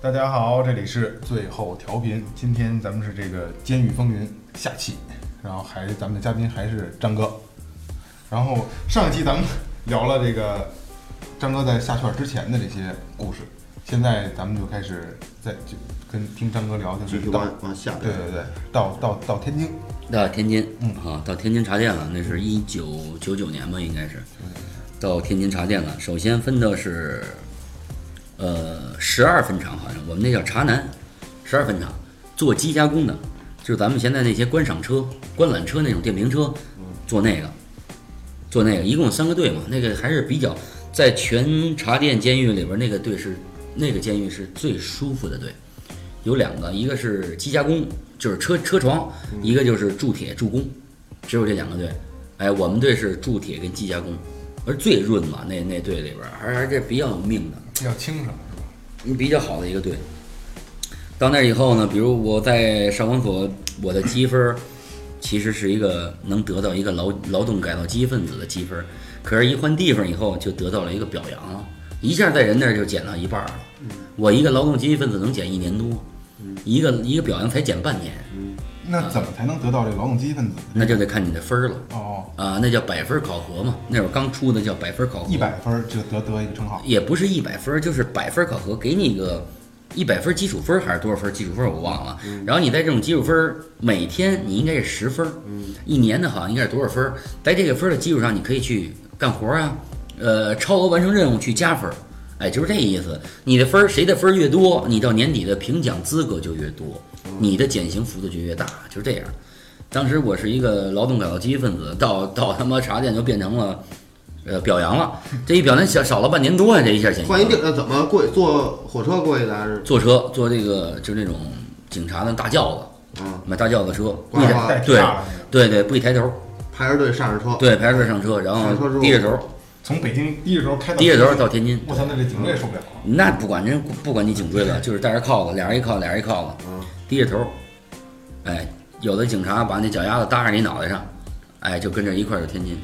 大家好，这里是最后调频，今天咱们是这个《监狱风云》下期，然后还咱们的嘉宾还是张哥，然后上一期咱们聊了这个张哥在下圈之前的这些故事，现在咱们就开始在就跟听张哥聊，就继是续到往往下对边。对对，到到到天津，到天津，嗯啊，到天津茶店了，那是一九九九年吧，应该是，到天津茶店了。首先分的是，呃，十二分厂，好像我们那叫茶南，十二分厂做机加工的，就是咱们现在那些观赏车、观览车那种电瓶车，做那个，做那个，一共三个队嘛，那个还是比较在全茶店监狱里边那个队是那个监狱是最舒服的队，有两个，一个是机加工，就是车车床，一个就是铸铁铸工，只有这两个队。哎，我们队是铸铁跟机加工，而最润嘛，那那队里边儿还还是比较有命的。比较轻省是吧？比较好的一个队。到那儿以后呢，比如我在少管所，我的积分儿其实是一个能得到一个劳劳动改造积极分子的积分儿，可是，一换地方以后就得到了一个表扬了，一下在人那儿就减到一半儿了。我一个劳动积极分子能减一年多，一个一个表扬才减半年，那怎么才能得到这劳动积极分子？那就得看你的分儿了哦，啊，那叫百分儿考核嘛，那会儿刚出的叫百分儿考核，一百分儿就得得一个称号，也不是一百分儿，就是百分儿考核，给你一个一百分儿基础分儿还是多少分儿基础分儿我忘了。然后你在这种基础分儿，每天你应该是十分儿，一年的好像应该是多少分儿？在这个分儿的基础上，你可以去干活儿啊，呃，超额完成任务去加分儿，哎，就是这意思。你的分儿谁的分儿越多，你到年底的评奖资格就越多，你的减刑幅度就越大，就是这样。当时我是一个劳动改造积极分子，到到他妈茶店就变成了，呃，表扬了。这一表扬少少了半年多啊呀、这一下减刑换一地儿，那呃怎么过去？坐火车过去的还是？坐车坐这个就是那种警察的大轿子，嗯，买大轿子车，呱呱带对大了那个。对对，不一抬头，排着队上着车。对，排着队上车，然哦上车之后后低着头，从北京低着头开到低着头到天津，我操，那这警卫受不了啊！那不管人不管你颈椎了，就是带着铐子，俩人一铐，俩人一铐子，嗯，低着头，哎，有的警察把那脚丫子搭着你脑袋上，哎，就跟着一块儿到天津。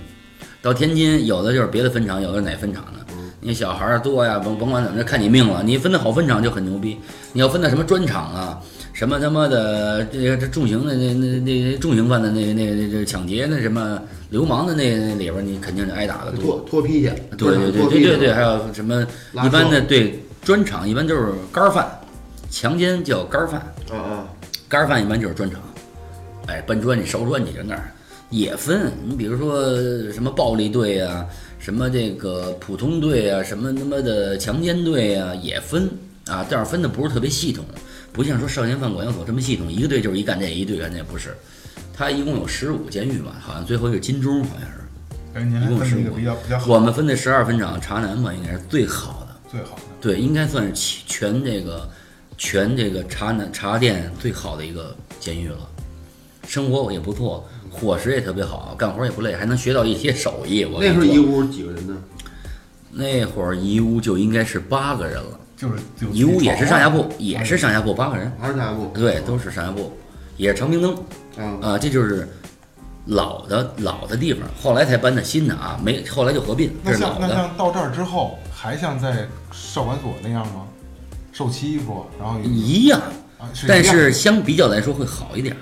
到天津，有的就是别的分厂，有的是哪分厂的。你小孩儿多呀，甭甭管怎么着，看你命了。你分的好分厂就很牛逼，你要分到什么专厂啊，什么他妈的这个这重刑的那那那那重刑犯的那那那那抢劫那什么流氓的那那里边儿，你肯定是挨打的多脱。脱皮去。对对对脱对皮去对对，还有什么拉一般车的对专场一般都是杆儿犯，强奸叫杆儿犯。嗯嗯，杆儿饭一般就是砖厂，哎，搬砖去烧砖去，就那儿也分。你比如说呃什么暴力队啊，什么这个普通队啊，什么他妈的强奸队啊，也分啊，但是分的不是特别系统，不像说少先犯管教所这么系统，一个队就是一干这，一队干这，不是。它一共有十五监狱吧，好像最后一个金钟好像是，感觉哎您还一共分了一15个比较比较好我们分的十二分厂，茶南嘛应该是最好的，最好的。对，应该算是其全这个全这个茶南茶店最好的一个监狱了，生活也不错，伙食也特别好，干活也不累，还能学到一些手艺。我那时候跟你一说屋几个人呢？那会儿一屋就应该是八个人了，就是就一屋也是上下铺，也嗯是上下铺八个人，还是大木？对，都是上下铺，也是长明灯啊，啊、这就是。老的老的地方，后来才搬的新的啊，没后来就合并，这那是老像那的。像到这儿之后，还像在少管所那样吗？受欺负，然后有一样，啊是一但样是相比较来说会好一点儿，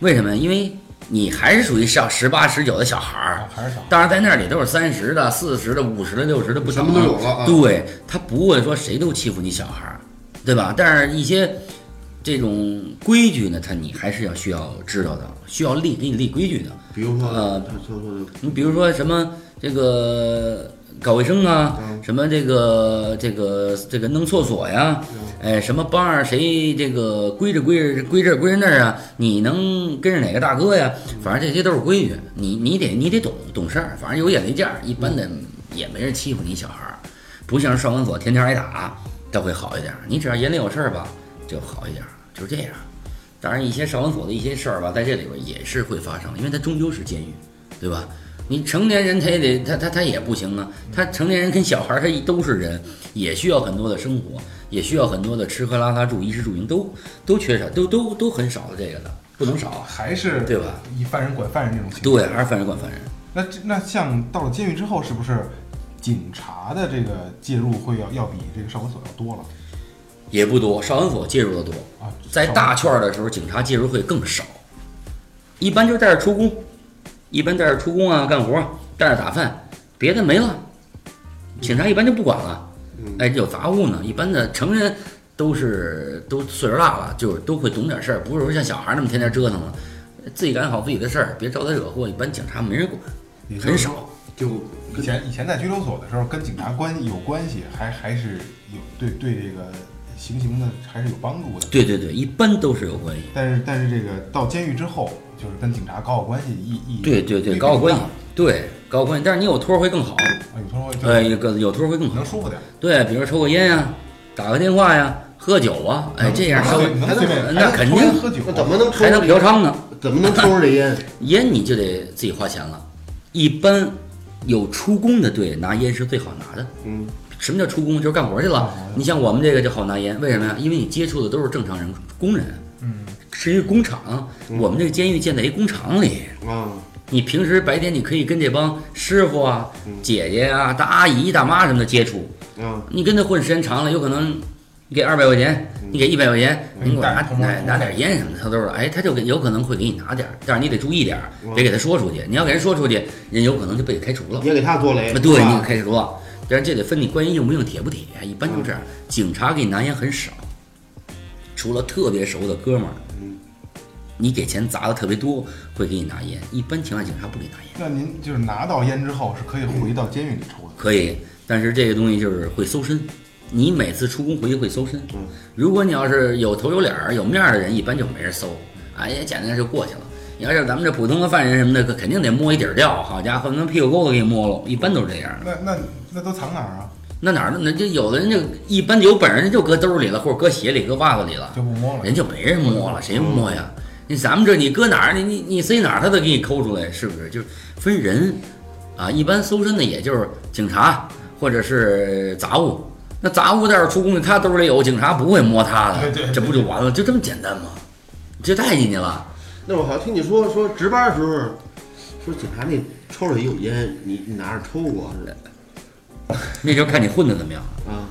为什么？因为你还是属于上十八、十九的小孩儿啊，还是少，当然在那里都是三十的、四十的、五十的、六十的，不什等么都有了啊对他不会说谁都欺负你小孩儿，对吧？但是一些这种规矩呢，他你还是要需要知道的，需要立给你立规矩的。比如说，呃他说说的，你比如说什么这个搞卫生啊，嗯什么这个这个这个弄厕所呀，嗯哎，什么帮着谁这个归着归着归这儿归着那儿啊，你能跟着哪个大哥呀？反正这些都是规矩，你你得你得懂懂事儿，反正有眼力见儿，一般的也没人欺负你小孩儿，不像少管所天天挨打，倒会好一点儿。你只要眼里有事儿吧，就好一点儿，就是这样。当然，一些少管所的一些事儿吧，在这里边也是会发生，因为它终究是监狱，对吧？你成年人他也得他他他也不行啊，他成年人跟小孩儿他都是人，也需要很多的生活，也需要很多的吃喝拉撒住衣食住行都都缺少，都都都很少的这个的，不能少，还是对吧？以犯人管犯人这种情况。对，还是犯人管犯人。那这那像到了监狱之后，是不是警察的这个介入会要要比这个少管所要多了？也不多，少管所介入的多。啊，在大圈儿的时候，警察介入会更少，一般就是带着出工，一般带着出工啊，干活，带着打饭，别的没了，警察一般就不管了。嗯哎，有杂物呢，一般的成人都是都岁数大了，就是都会懂点事儿，不是说像小孩那么天天折腾了，自己干好自己的事儿，别招他惹祸。一般警察没人管，也就是很少。就以前以前在拘留所的时候，跟警察关系有关系，还还是有对对这个行刑的还是有帮助的。对对对，一般都是有关系。但是但是这个到监狱之后，就是跟警察搞好关系，意意对对对，搞好关系，对搞好关系。但是你有托儿会更好，啊，有时候就呃，有个有托儿会更好能。舒服点，对，比如抽个烟呀、打个电话呀、喝酒啊，哎，这样稍微能随便，那肯定喝酒那怎么能抽还能嫖娼呢。怎么能抽着这烟？烟你就得自己花钱了，一般有出工的队拿烟是最好拿的。嗯，什么叫出工？就是干活去了。你像我们这个就好拿烟，为什么呀？因为你接触的都是正常人、工人，嗯，是一个工厂。我们这个监狱建在一工厂里，啊，你平时白天你可以跟这帮师傅啊、姐姐啊、大阿姨、大妈什么的接触，啊，你跟他混时间长了，有可能你给二百块钱，你给一百块钱，嗯你给我拿带红包拿拿点烟什么的，他都是哎，他就给有可能会给你拿点儿，但是你得注意点儿，嗯别给他说出去。你要给人说出去，人有可能就被开除了。也给他做雷，那啊对，是你吧给开除了。但是这得分你关系硬不硬、铁不铁，一般就这嗯样。警察给你拿烟很少，除了特别熟的哥们儿，嗯你给钱砸的特别多，会给你拿烟。一般情况下警察不给拿烟。那您就是拿到烟之后是可以回到监狱里抽的，可以，但是这个东西就是会搜身，你每次出工回去会搜身。如果你要是有头有脸儿、有面儿的人，一般就没人搜，啊，也简单就过去了。你要是咱们这普通的犯人什么的，可肯定得摸一底儿掉，好家伙，那屁股沟子给你摸了，一般都是这样的。那那那都藏哪儿啊？那哪儿呢？那就有的人就一般有本事就搁兜里了，或者搁鞋里、搁袜子里了，就不摸了，人就没人摸了，谁摸呀？你咱们这你搁哪儿，你你你塞哪儿，他都给你抠出来，是不是？就是分人啊，一般搜身的也就是警察或者是杂物。那杂物袋出工具，他兜里有，警察不会摸他的，对对对这不就完了？就这么简单吗？这带进去了，那我好像听你说说值班的时候，说警察那抽着有烟，你你拿着抽过是吧？那就看你混的怎么样。啊，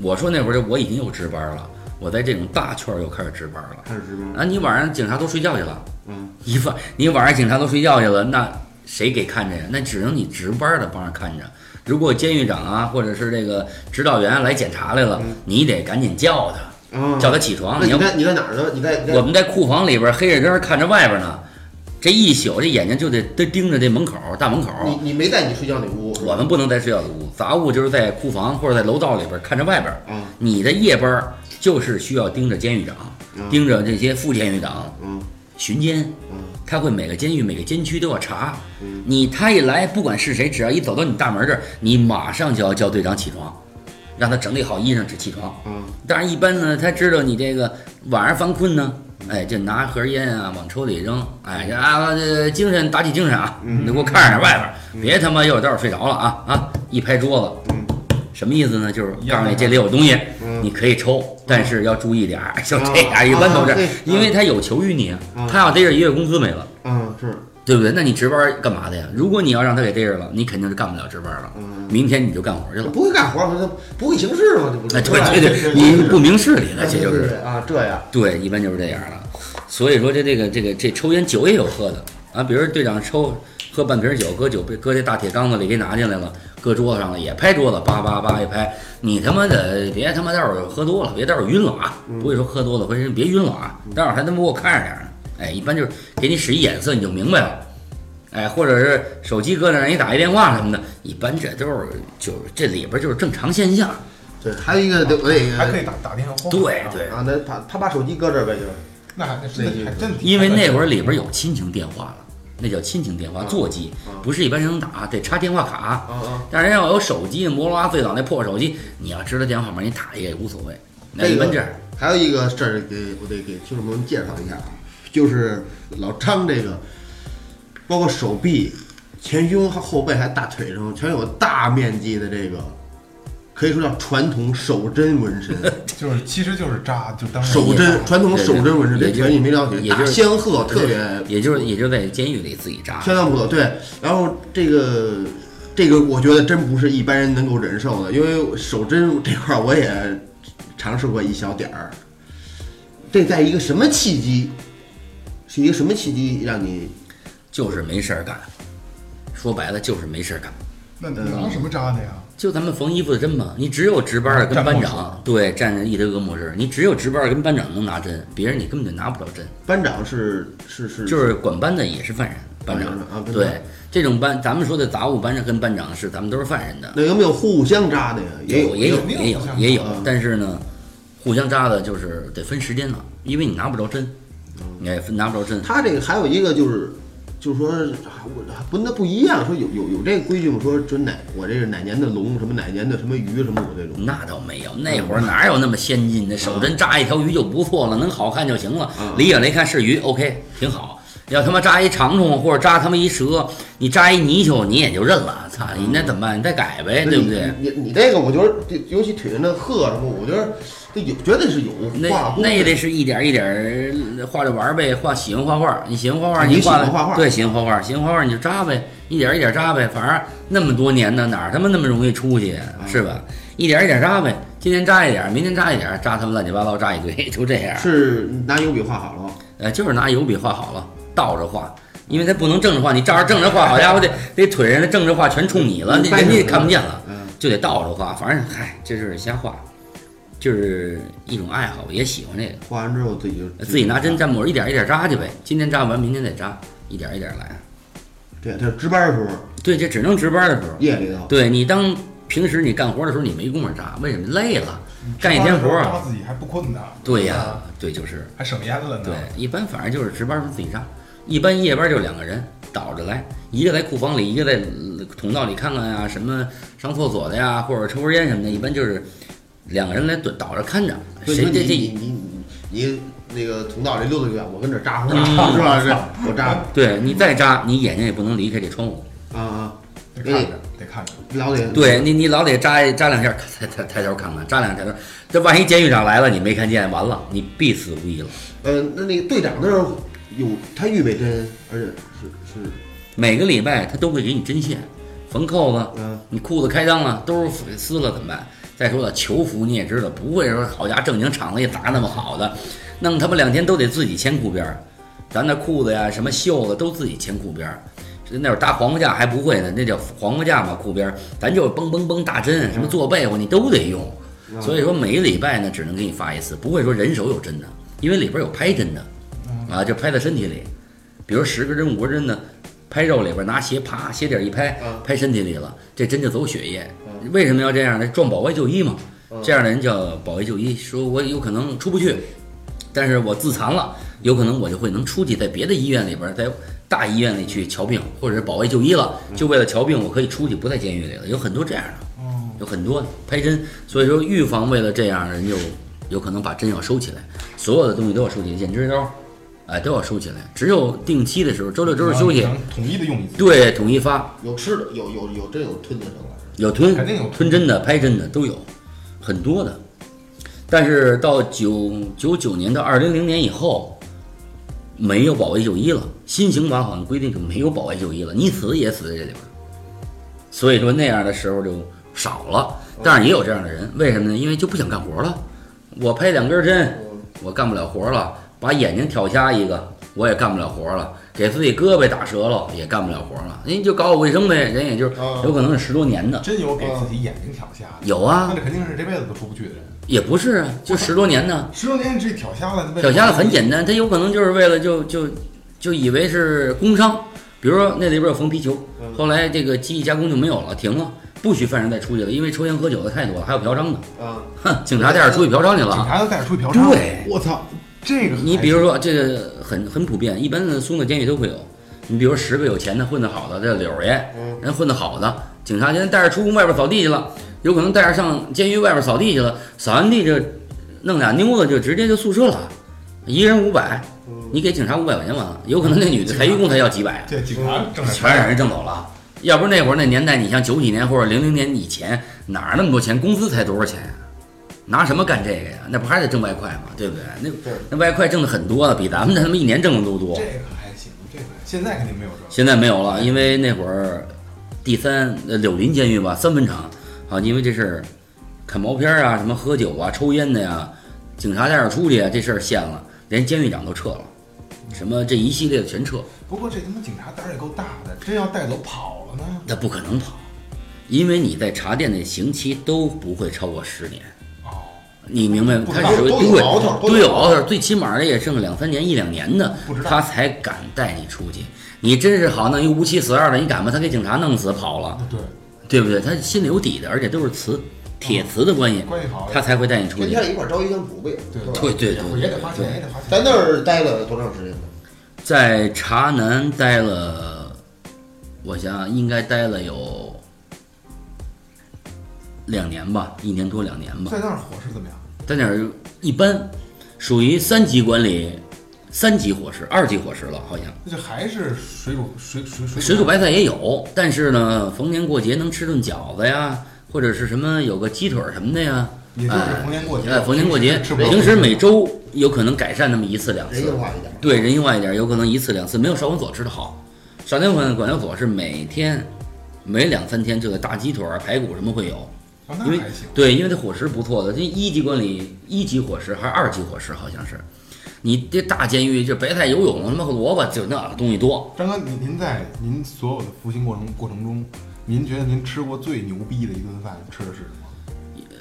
我说那会儿就我已经有值班了，我在这种大圈儿又开始值班了。开始值班，啊，你晚上警察都睡觉去了，嗯，你晚你晚上警察都睡觉去了，那谁给看着呀？那只能你值班的帮着看着。如果监狱长啊，或者是这个指导员来检查来了，你得赶紧叫他，啊，叫他起嗯床。那你要你在你在哪儿呢？你在你我在们在库房里边黑着灯看着外边呢，这一宿这眼睛就得都盯着这门口大门口。你你没在你睡觉那屋，我们不能在睡觉的屋，杂物就是在库房或者在楼道里边看着外边。啊你的夜班儿就是需要盯着监狱长，盯着这些副监狱长嗯巡监。嗯他会每个监狱、每个监区都要查。你他一来，不管是谁，只要一走到你大门这儿，你马上就要叫队长起床，让他整理好衣裳，只起床。嗯当然，一般呢，他知道你这个晚上犯困呢，哎，就拿盒烟啊往抽屉里扔，哎，这啊这精神打起精神啊，嗯你给我看着点外边儿，别他妈一会儿待会儿睡着了啊啊！一拍桌嗯子，什么意思呢？就是告诉你这里有东西，你可以抽，但是要注意点儿，就这样，一般都啊是对，因为他有求于你啊，他要逮着一月工资没了。嗯是对不对？那你值班干嘛的呀？如果你要让他给逮着了，你肯定是干不了值班了。明天你就干活去了。嗯不会干活，他不会行事嘛，这不是？哎，对吧对对，你不明事理了，这就对对是对啊这样，对，一般就是这样了。所以说这这个这个这抽烟酒也有喝的啊，比如队长抽喝半瓶酒，搁酒杯搁这大铁缸子里给拿进来了，搁桌子上了，也拍桌子，叭叭叭一拍，你他妈的别他妈待会儿喝多了，别待会儿晕了啊！不会说喝多了，回身别晕了啊！待会儿还他妈给我看着点儿呢。哎，一般就是给你使一眼色，你就明白了。哎，或者是手机搁那儿，让你打一电话什么的，一般这都是就是这里边就是正常现象。对，还有一个得我得还可以打打电话。对对，啊，那把他把手机搁这儿呗，就是那还那真还真因为那会嗯儿儿里边有亲情电话了，那叫亲情电话，座机嗯不是一般人能打，得插电话卡。啊啊，但是要有手机，摩托罗拉最早那破手机，你要知道电话号码，你打一个也无所谓。那这一个般这样，还有一个事儿给我得给听众朋友们介绍一下啊，就是老张这个，包括手臂、前胸、后背还大腿上，全有大面积的这个，可以说叫传统手针纹 身，就是其实就是扎，就当时手针传统手针纹身，这哎也就全你没了解，也就大是仙鹤特别也就是也就是在监狱里自己扎。相当不错。对，然后这个这个我觉得真不是一般人能够忍受的，因为手针这块儿我也尝试过一小点儿。这在一个什么契机？是一个什么契机让你就是没事儿干。说白了就是没事儿干，那你拿什么扎的呀？就咱们缝衣服的针嘛，你只有值班儿跟班站末啊长对站着一堆恶魔事儿，你只有值班儿跟班长能拿针，别人你根本就拿不了针。班长是是是就是管班的也是犯人，班长班长啊班长对这种班，咱们说的杂物班长跟班长是咱们都是犯人的，那有没有互相扎的呀？也有也有啊也有也有互相也有扎，但是呢，互相扎的就是得分时间了，因为你拿不着针，你也分拿不着针。他这个还有一个就是，就是说啊我不那不一样，说有有有这个规矩吗？说准哪我这是哪年的龙，什么哪年的什么鱼，什么我这种。那倒没有，那会儿哪有那么先进的？手针扎一条鱼就不错了，能好看就行了啊。离远来看是鱼，OK，挺好。要他妈扎一长虫或者扎他妈一蛇，你扎一泥鳅你也就认了，操，你那怎么办？你再改呗，嗯哎对不对？你你你这个，我觉得这尤其腿上的鹤什么，我觉得这有绝对是有那画工那也得是一点儿一点儿画着玩儿呗，画喜欢画画，你喜欢画画，啊你你画喜欢画画对，喜欢画画，喜欢画画你就扎呗，一点儿一点儿扎呗，反正那么多年呢，哪儿他妈那么容易出去啊呀是吧？一点儿一点儿扎呗，今天扎一点儿，明天扎一点儿，扎他妈乱七八糟扎一堆， 就这样。是拿油笔画好了。呃，就是拿油笔画好了，倒着画，因为它不能正着画，你照着正着画，好 家伙，这这腿上的正着画全冲你了，那人家也看不见了，嗯，就得倒着画，反正嗨，这就是瞎画，就是一种爱好，也喜欢这个。画完之后自己就自己拿针蘸抹，一点一点扎去呗。今天扎完，明天再扎，一点一点来。对，他值班的时候对，这只能值班的时候。夜里头，对你当平时你干活的时候，你没工夫扎，为什么？累了，你干一天活嗯扎儿。自己还不困呢？啊对呀，对，就是还省烟了呢。对。一般反正就是值班时候自己扎，一般夜班就两个人倒着来，一个在库房里，一个在呃通道里看看呀，什么上厕所的呀，或者抽根烟什么的。一般就是两个人来蹲倒着看着，所以说你谁这你这你你你那个通道里溜达远，我跟这扎呼嗯呢，是吧？是，我扎啊对你再扎，你眼睛也不能离开这窗户。啊，得看着，得看着。老得对你，你老得扎扎两下，抬抬抬头看看，啊扎两下抬头。这万一监狱长来了，你没看见，完了，你必死无疑了。呃，那那个队长那儿有他预备针，而且是是，每个礼拜他都会给你针线，缝扣子，嗯、你裤子开裆了，兜儿撕了怎么办？再说了，球服你也知道，不会说好家伙正经厂子也砸那么好的，弄他妈两天都得自己牵裤边儿，咱那裤子呀、什么袖子都自己牵裤边儿。那会儿搭黄瓜架还不会呢，那叫黄瓜架嘛，裤边儿，咱就是嘣嘣嘣大针，什么做被窝你都得用。嗯所以说每个礼拜呢只能给你发一次，不会说人手有针的，因为里边有拍针的，嗯啊，就拍在身体里，比如十个针五个针呢，拍肉里边拿鞋啪鞋底儿一拍嗯，拍身体里了，这针就走血液。呃为什么要这样呢？撞保卫就医嘛，这样的人叫保卫就医，说我有可能出不去，但是我自残了，有可能我就会能出去，在别的医院里边，在大医院里去瞧病，或者是保卫就医了，就为了瞧病，我可以出去，不在监狱里了。有很多这样的。哦，有很多拍针，所以说预防为了这样，人就有可能把针要收起来，所有的东西都要收起来，剪指甲刀，哎，都要收起来，只有定期的时候，周六周日休息然，后你能统一的用一次。对，统一发，呃有吃的，有有有真有吞的什么玩意儿有吞肯定有吞针的、拍针的都有，很多的。但是到九九九年到二零零年以后，没有保卫就医了，新刑法好像规定就没有保卫就医了，你死也死在这里边儿。所以说那样的时候就少了，但是也有这样的人，为什么呢？因为就不想干活了，我拍两根针，我干不了活了，把眼睛挑瞎一个，我也干不了活了，给自己胳膊打折了，也干不了活了，人家就搞搞卫生呗，人也就是啊有可能是十多年的，真有给自己眼睛挑瞎的，有啊那，这肯定是这辈子都出不去的人。也不是啊，就十多年呢。十多年这挑瞎了，小瞎子很简单，他有可能就是为了就就就以为是工伤，比如说那里边有缝皮球，嗯后来这个机器加工就没有了，停了，不许犯人再出去了，因为抽烟喝酒的太多了，还有嫖娼的，啊？哼，警察带着出去嫖娼去警了。啊察都带着出去嫖娼。对我操，这个你还比如说这个很很普遍，一般的松的监狱都会有。你比如说十个有钱的混得好的，这柳儿爷，嗯人混得好的，警察今天带着出屋外边扫地去了，有可能带着上监狱外边扫地去了，扫完地就弄俩妞子就直接就宿舍了，一人五百，你给警察五百块钱完了，有可能那女的才一共才要几百啊，这警察正在全让人挣走了。要不是那会儿那年代，你像九几年或者零零年以前，哪儿那么多钱？工资才多少钱呀、拿什么干这个呀？那不还得挣外快吗？对不对？那对那外快挣的很多了，比咱们他妈一年挣的都多这。个还行，这个还行现在肯定没有这个。现在没有了，因为那会儿第三呃柳林监狱吧，三分厂啊，因为这事儿啃毛片儿啊、什么喝酒啊、抽烟的呀，警察带着出去，啊这事儿现了，连监狱长都撤了，什么这一系列的全撤，不过这他妈警察胆儿也够大的，真要带走跑了呢？那不可能跑，因为你在茶店的刑期都不会超过十年。哦，你明白吗？不知他道是都有对熬头都都有有熬头，最起码的也剩个两三年、一两年的不知，道他才敢带你出去。你真是好弄一无期死二的，你敢吗？他给警察弄死跑了，对，对不对？他心里有底的，而且都是磁铁磁的关系，关系好，他才会带你出天去。天一块儿招一江湖呗，对是吧对对对也对得花钱，也得花钱。在那儿待了多长时间呢？在茶南待了，我想想应该待了有两年吧，一年多两年吧。在那儿伙食怎么样？在那儿一般属于三级管理，三级伙食、二级伙食了，好像。那就还是水煮水水水水煮白菜也有，但是呢，逢年过节能吃顿饺子呀，或者是什么有个鸡腿儿什么的呀。也就是逢年过节哎，逢年过节，嗯吃不了平时每周有可能改善那么一次两人性次。化一点。对，人性化一点，有可能一次两次，没有少管所吃的好。少管管管教所是每天每两三天就有大鸡腿儿、排骨什么会有，啊那因为还行，对，因为它伙食不错的，这一级管理一级伙食还是二级伙食好像是。你这大监狱就白菜、游泳、什么萝卜，就那东西多。张哥，您您在您所有的服刑过程过程中，您觉得您吃过最牛逼的一顿饭吃的是什么？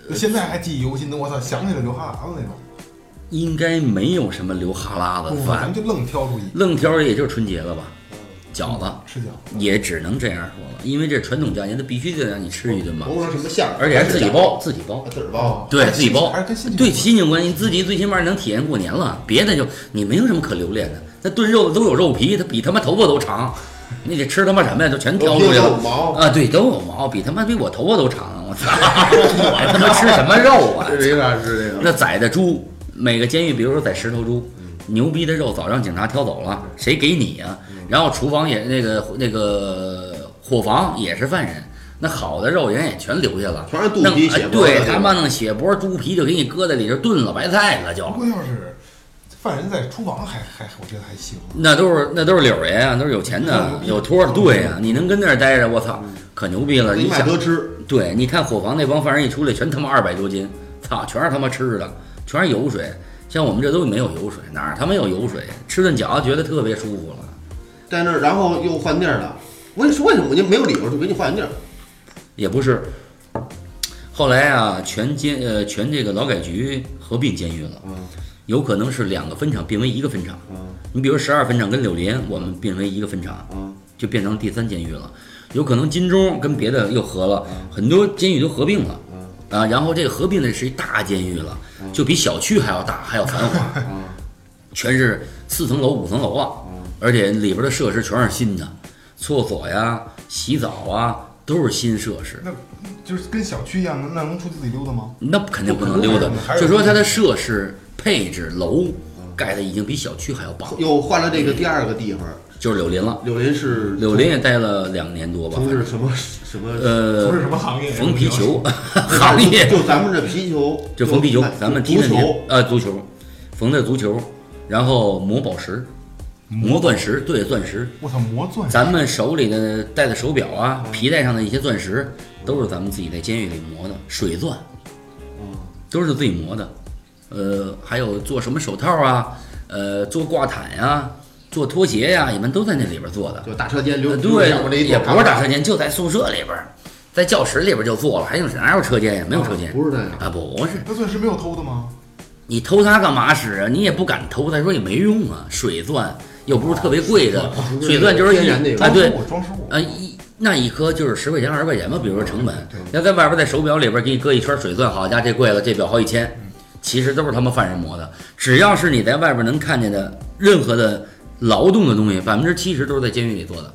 就现在还记忆犹新的，我操，想起来流哈喇子那种。应该没有什么流哈喇子不，饭咱，们就愣挑出一愣挑儿也就是春节了吧，饺子吃饺子。也只能这样说了，因为这传统佳节，它必须得让你吃一顿嘛甭，管什么馅儿，而且还自己包，，自己包啊，，自己包。对自己包哦还是跟心，情对有关心情关系，自己最起码能体验过年了，别的就你没有什么可留恋的。那炖肉的都有肉皮，它比他妈头发都长，你得吃他妈什么呀？都全挑出去有了毛啊！对，都有毛，比他妈比我头发都长，啊我操！ 我他妈吃什么肉啊？这有点是这个。那宰的猪，每个监狱，比如说宰十头猪，嗯牛逼的肉早让警察挑走了，谁给你呀、嗯然后厨房也那个那个伙房也是犯人，那好的肉人也全留下了，全是肚弄皮哎血脖对子他妈弄血脖猪皮就给你搁在里头炖了白菜了就不。过要是犯人在厨房还还，我觉得还行。那都是那都是柳爷啊，都是有钱嗯的，有托儿。对呀、你能跟那儿待着，我操，可牛逼了！一你卖想得吃，对，你看伙房那帮犯人一出来，全他妈二百多斤，操，全是他妈吃的，全是油水。像我们这都没有油水，哪儿他妈有油水？吃顿饺子觉得特别舒服了，在那儿然后又换地儿了。我跟你说为什么我就没有理由就给你换地儿？也不是。后来啊，全监呃全这个劳改局合并监狱了，嗯有可能是两个分厂并为一个分厂。嗯你比如十二分厂跟柳林，我们并为一个分厂，嗯，就变成第三监狱了。有可能金钟跟别的又合了，嗯很多监狱都合并了。啊，然后这个合并的是一大监狱了，嗯就比小区还要大，还要繁华，全是四层楼、五层楼啊，嗯而且里边的设施全是新的，厕所呀、洗澡啊都是新设施。那就是跟小区一样，那那能出去自己溜达吗？那肯定不能溜达不可能还，是就说它的设施配置、楼盖的已经比小区还要棒，又换了这个第二个地方，就是柳林了。柳林是柳林也待了两年多吧，从事什么什么不呃，是什么行业，缝皮球 行业就咱们这皮球，就缝皮球卖，咱们踢哎足的年球，呃足球，缝的足球，然后磨宝石，磨钻石，对钻石，我操，磨钻咱们手里的戴的手表啊，皮带上的一些钻石，都是咱们自己在监狱里磨的水钻，都是自己磨的，呃，还有做什么手套啊，呃，做挂毯呀、做拖鞋呀、你们都在那里边做的。就大车间留呃留下对，也不是大车间，间，就在宿舍里边儿，在教室里边就做了，还有哪有车间呀？没有车间不是那样，啊，不是。那钻石没有偷的吗？你偷它干嘛使啊？你也不敢偷，再说也没用啊。水钻又不是特别贵的，水钻就是天一然的有啊，对装饰，物，装饰物啊一那一颗就是十块钱二十块钱吧，比如说成本。要在外边在手表里边给你搁一圈水钻，好家伙，这贵了，这表好几千。嗯其实都是他们犯人磨的，只要是你在外边能看见的任何的劳动的东西，百分之七十都是在监狱里做的。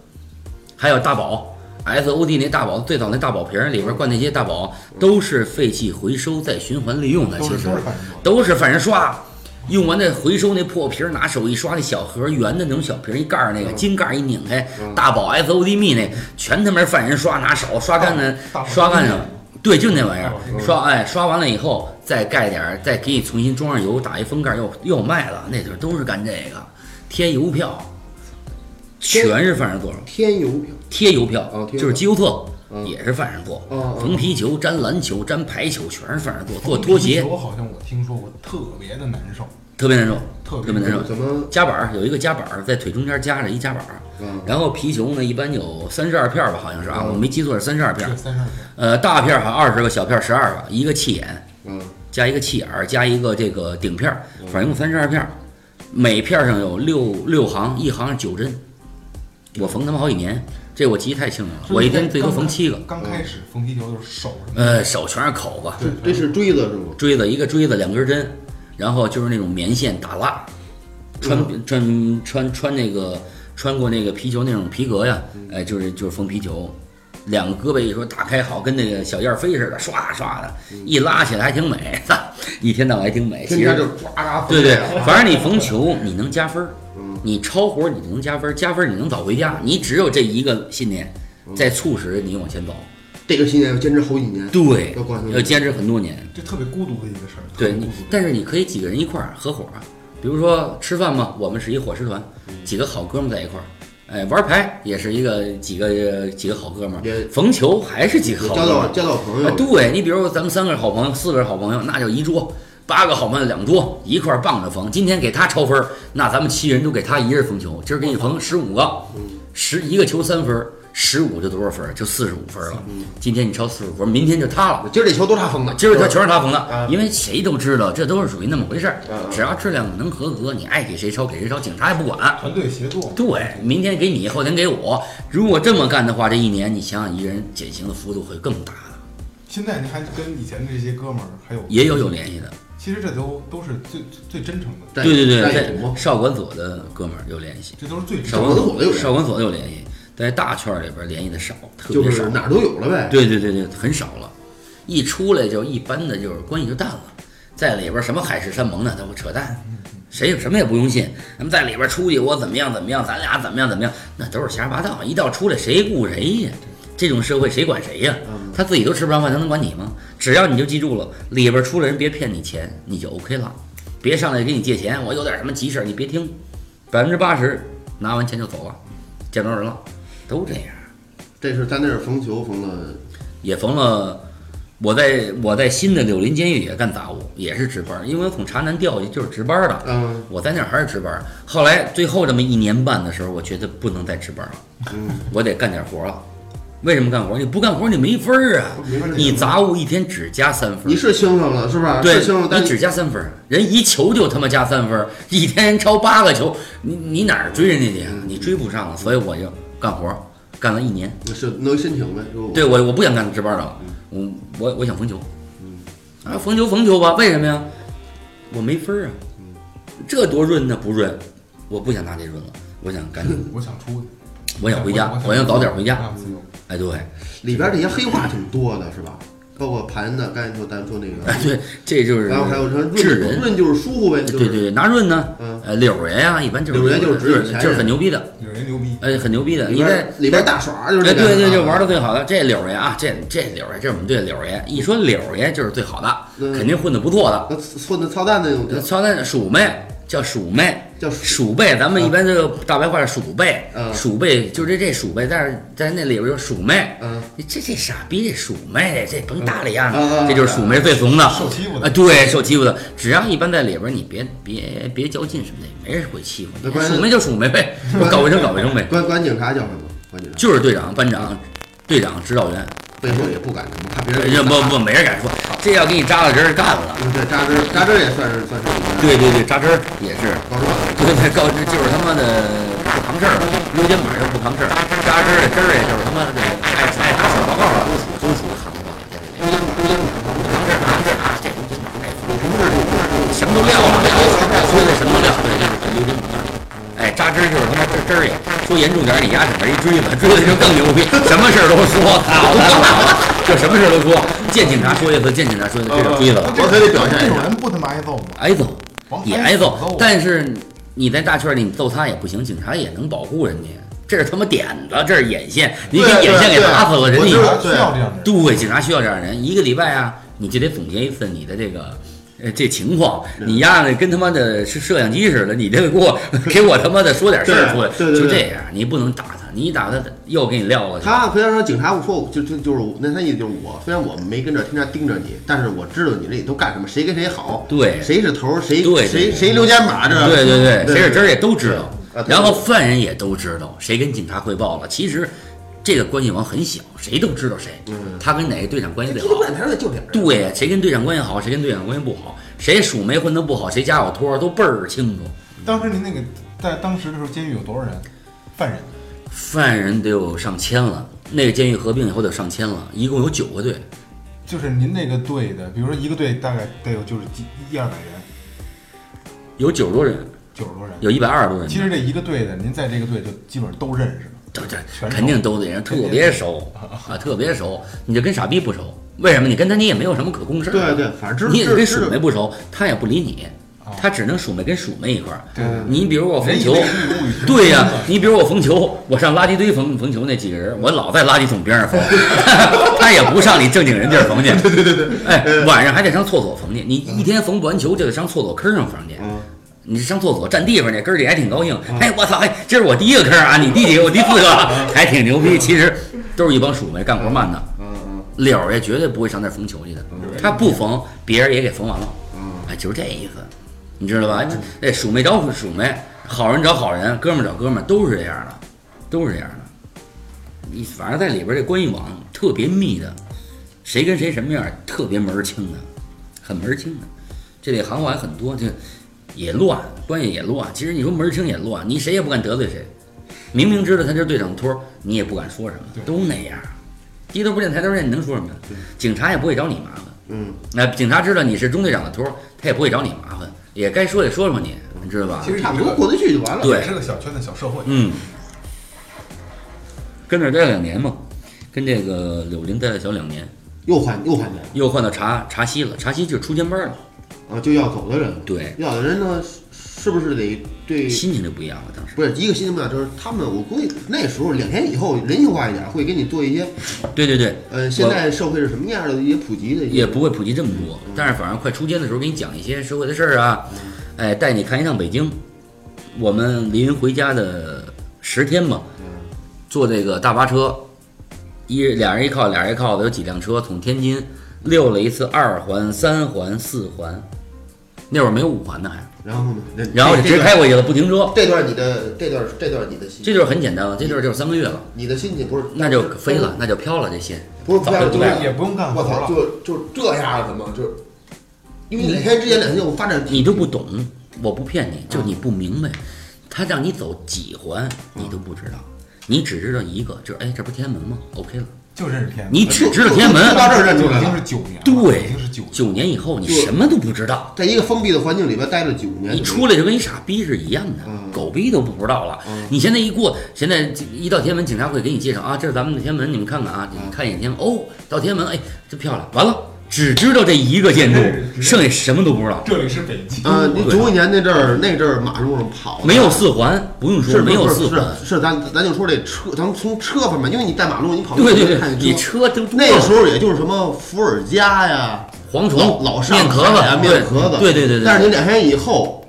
还有大宝 S O D 那大宝，最早那大宝瓶里边灌那些大宝，都是废弃回收再循环利用的。都其是实都是犯人做的。都是反正刷，用完再回收那破瓶儿，拿手一刷，那小盒儿圆的那种小瓶儿，一盖儿嗯那个金盖儿一拧开，大宝 S O D 蜜那全他妈是犯人刷，拿手刷干的大，宝刷干净大宝。对，就那玩意儿大宝金，刷哎，刷完了以后再盖点儿，再给你重新装上油，打一封盖儿，又又卖了。那时候都是干这个，贴邮票，贴全是犯人做的。天油票贴邮票哦贴邮票就是机邮特，嗯也是犯人做哦嗯，嗯缝皮球、粘篮球、粘排球，全是犯人做，做拖鞋我好像我听说过，特别的难受。特别难受，特别别难受。啊怎么夹板儿有一个夹板儿在腿中间夹着一夹板儿，嗯然后皮球呢一般有三十二片儿吧，好像是啊，我没记错是三十二片儿这，三十二天，呃，大片儿好像二十个，小片十二个，一个气眼嗯加一个气眼儿加一个这个顶片儿，反正一共三十二片儿，每片儿上有六六行，一行是九针，我缝他妈好几年，这我记得太清楚了，我一天最多缝七个，刚开始缝皮球的时候手什么的，呃，手全是口子，这这是锥子是吗？锥子一个锥子两根针，然后就是那种棉线打蜡，穿、嗯穿穿穿那个穿过那个皮球那种皮革呀，嗯哎、就是就是缝皮球，两个胳膊一说打开好，跟那个小燕飞似的，唰唰的，一拉起来还挺美， 一天到晚还挺美。嗯跟其家实就抓抓对对，反正你缝球你能加分儿嗯，你超活你能加分儿，加分儿你能早回家，你只有这一个信念，嗯在促使你往前走。这个信念要坚持好几年。对要挂心，要坚持很多年。这特别孤独的一个事儿。对特别你孤，独但是你可以几个人一块儿合伙啊，比如说吃饭嘛，我们是一伙食团，几个好哥们在一块儿，哎，玩牌也是一个几个几个好哥们也儿，缝球还是几个交好哥们到儿。交到朋哎友，对你，比如咱们三个好朋友，四个好朋友，那就一桌，八个好朋友两桌，一块儿棒着缝。今天给他超分儿，那咱们七人就给他一人缝球。今儿给你缝十五个，十一个球三分儿，十五就多少分儿？就四十五分儿了。今天你超四十五分儿，明天就他了。今儿这球都他封的，啊今儿他全是他缝啊的，因为谁都知道这都是属于那么回事儿啊啊，只要质量能合格，你爱给谁抄给谁抄，警察也不管。团队协作，对，明天给你，后天给我。如果这么干的话，这一年你想想，一个人减刑的幅度会更大的，现在你还跟以前的这些哥们儿还有也有有联系的。其实这都都是最最最真诚的，对对对对，战友在嘛少管所的哥们儿有联系，这都是最真少诚少的。管管所的有联系少管所的有联系，在大圈儿里边儿联系的少，特就别少是。哪儿都有了呗。对对对对，很少了，一出来就一般的就是关系就淡了，在里边什么海誓山盟的都扯淡，谁有什么也不用信。那么在里边出去我怎么样怎么样，咱俩怎么样怎么样，那都是瞎说八道。一到出来谁顾谁呀？这种社会谁管谁呀？嗯他自己都吃不上饭，他能管你吗？只要你就记住了，里边出来人别骗你钱，你就 OK 了，别上来给你借钱，我有点什么急事儿你别听，百分之八十拿完钱就走了，见不着人了，都这样。这是在那儿缝球缝了，也缝了。我在我在新的柳林监狱也干杂务，也是值班儿，因为我从茶南调去就是值班儿的。嗯我在那儿还是值班儿。后来最后这么一年半的时候，我觉得不能再值班儿了，嗯，我得干点活儿了。为什么干活儿？你不干活儿你没分儿啊！没法儿你杂务一天只加三分儿，你是兴奋了是吧？对是兴奋，，但你只加三分儿，人一球就他妈加三分儿，一天人超八个球，你你哪儿追人家去啊？你追不上了，所以我就干活儿，干了一年。是能申请呗？是吧对我我不想干值班的了，我嗯我我想缝球，啊缝球缝球吧，为什么呀？我没分儿啊，嗯这多润呢不润，我不想拿这润了，我想赶紧，我想出去，我想回家，我我啊想早点回家。想自由。哎对，里边这些黑话挺多的是吧？包括盘的，刚才说咱说那个哎，对，这就是然后还有什么治润人，润就是舒服呗，就对是对对，拿润呢嗯，呃柳爷呀，一般就是柳爷就是就是指有钱人就是很牛逼的，有人牛逼，哎很牛逼的，里你在边里边大耍就是哎，这个对对，啊就玩的最好的这柳儿爷啊，这这柳儿爷，这是我们队的柳儿爷。一说柳儿爷就是最好的，嗯肯定混得不错的。那混的操蛋那种叫乔丹鼠妹叫鼠妹，叫鼠辈，咱们啊一般这个大白话是鼠辈，嗯鼠辈就是这鼠辈，但是在那里边有鼠妹，嗯这这傻逼这鼠妹，这甭搭理呀、嗯嗯嗯这就是鼠妹最怂的，啊受欺负的啊，对，受欺负的，只要一般在里边你别别别较劲什么的，没人会欺负那你，啊关键鼠妹就鼠妹呗， 搞卫生搞卫生呗，管管警察叫什么？管警察就是队长、班长、队长、指导员，背后也不敢什么，怕别人嗯这哎不不没人敢说，这要给你扎了针儿干了，对扎针扎针也算是算是里边对对对，扎针儿也是。高手啊对对，告知就是他妈的不扛事儿，溜肩膀又不扛事儿，扎针儿的针儿也就是他妈的爱爱打小报告的，都属都属扛不扛事儿，扛事儿啊，这溜肩膀这什么都撂了，说的什么都撂，对，就是溜肩膀。哎，扎针儿就是他妈针针儿也，说严重点儿，你压上边一锥子，锥子就更牛逼，什么事儿都说，操他妈的，就什么事儿都说，见警察说一次，见警察说一次，这是锥子了。我可得表现这一种下，人不他妈挨揍吗？挨揍往，也死挨揍啊揍。但是你在大圈里你揍他也不行，警察也能保护人家。这是他妈点子，这是眼线，你给对眼线给对打死了，人我家知也道需要这样的人。对，警察需要这样的人，一个礼拜啊，你就得总结一次你的这个。呃，这情况，你丫的跟他妈 的是摄像机似的，你这给我给我他妈的说点事儿出来，对对对对就这样，你不能打他，你一打他，又给你撂了去。他虽然说警察不说我，就就就是我那他意思就是我，虽然我没跟着天天盯着你，但是我知道你这里都干什么，谁跟谁好，对谁是头儿，谁对对谁对谁溜肩马，这对对对，谁是真儿也对都知道对啊。对然后犯人也都知道谁跟警察汇报了。其实这个关系网很小，谁都知道谁，他跟哪个队长关系最这都好。半天的就点儿，对，谁跟队长关系好，谁跟队长关系不好，谁数没混得不好，谁家有托儿都倍儿清楚。当时您那个在当时的时候，监狱有多少人？犯人？犯人得有上千了，那个监狱合并以后得有上千了，一共有九个队。就是您那个队的，比如说一个队大概得有就是几一二百人，有九十多人，九十多人。有一百二十多人的。其实这一个队的，您在这个队就基本上都认识了。对对全，熟肯定都得人特别熟啊，特别熟，你就跟傻逼不熟，为什么？你跟他你也没有什么可共事儿，对对，反正知你也道跟知鼠道妹不熟，他也不理你哦，他只能鼠妹跟鼠妹一块儿。对嗯对你比如我缝人以球类，聚，物以群对呀、分嘛你比如我缝球，我上垃圾堆缝缝球那几个人，我老在垃圾桶边上缝，他也不上你正经人地儿缝去。对对对对，哎，晚上还得上厕所缝去。你一天缝不完球就得上厕所坑上缝去。嗯你上厕所占地方去，哥儿姐还挺高兴。哎，我操，哎，这是我第一个坑啊，你第几个？我第四个，还挺牛逼。其实都是一帮鼠妹，干活慢的。嗯嗯柳儿也绝对不会上那儿缝球去的，他不缝，别人也给缝完了。嗯，哎，就是这意思，你知道吧？哎，鼠妹找鼠妹，好人找好人，哥们儿找哥们儿，都是这样的，都是这样的。你反正在里边儿这关系网特别密的，谁跟谁什么样儿，特别门儿清的，很门儿清的。这里行话也很多，就也乱，关系也乱。其实你说门儿清也乱，你谁也不敢得罪谁。明明知道他就是队长托儿，你也不敢说什么对，都那样儿。低头不见抬头见，你能说什么呀？警察也不会找你麻烦。嗯，那警察知道你是中队长的托儿，他也不会找你麻烦，也该说也说说你，你知道吧其？实差不多过得去就完了。对也是个小圈子、小社会。嗯，跟这儿待了两年嘛，跟这个柳林待了小两年，又换又换人又换到茶茶西了，茶西就是出监班了，啊，就要走的人，对，要的人呢，是不是得对？心情就不一样了。当时，不是一个心情不了，就是他们，我估计那时候两年以后人性化一点，会给你做一些，对对对，呃，现在社会是什么样的一些普及的一些，也不会普及这么多，但是反正快出监的时候，给你讲一些社会的事儿啊，哎，带你看一趟北京。我们临回家的十天嘛，坐这个大巴车，一俩人一靠，俩人一靠的有几辆车从天津溜了一次二环、三环、四环，那会儿没有五环呢还，然后呢，那然后就这直接开过去了，不停车。这段你的这段这段你的心，这就是很简单了，这就是就是三个月了，你的心情不是那就飞嗯了，，那就飘了这心。不是不早就要就就是是也不用干活我了，操，就就这样了，怎么就？因为两天之前两天我发展你都不懂，我不骗你，就你不明白，他让你走几环你都不知道，你只知道一个，就是哎，这不是天安门吗？OK 了，就认识天安门。你只知道天安就到门，这儿认出已来经了，是九年了，对已经是九，啊九年以后你就什么都不知道。在一个封闭的环境里边待了九年，你出来就跟一傻逼是一样的，嗯狗逼都不知道了。你现在一过，现在一到天安门，警察会给你介绍啊，这是咱们的天安门，你们看看啊，嗯你们看一眼天安门哦，到天安门，哎，真漂亮。完了，只知道这一个建筑，对剩下什么都不知道。这里是北京。啊，呃你九五年那阵儿那阵儿马路上跑啊的没有四环，不用说，是没有是四环。是是，咱咱就说这车，咱们从车方面，因为你在马路，你跑对对看对，见你车车都多那个时候也就是什么伏尔加呀、蝗虫、老老上面壳子啊海呀、、面壳子，对对对对。但是你两天以后，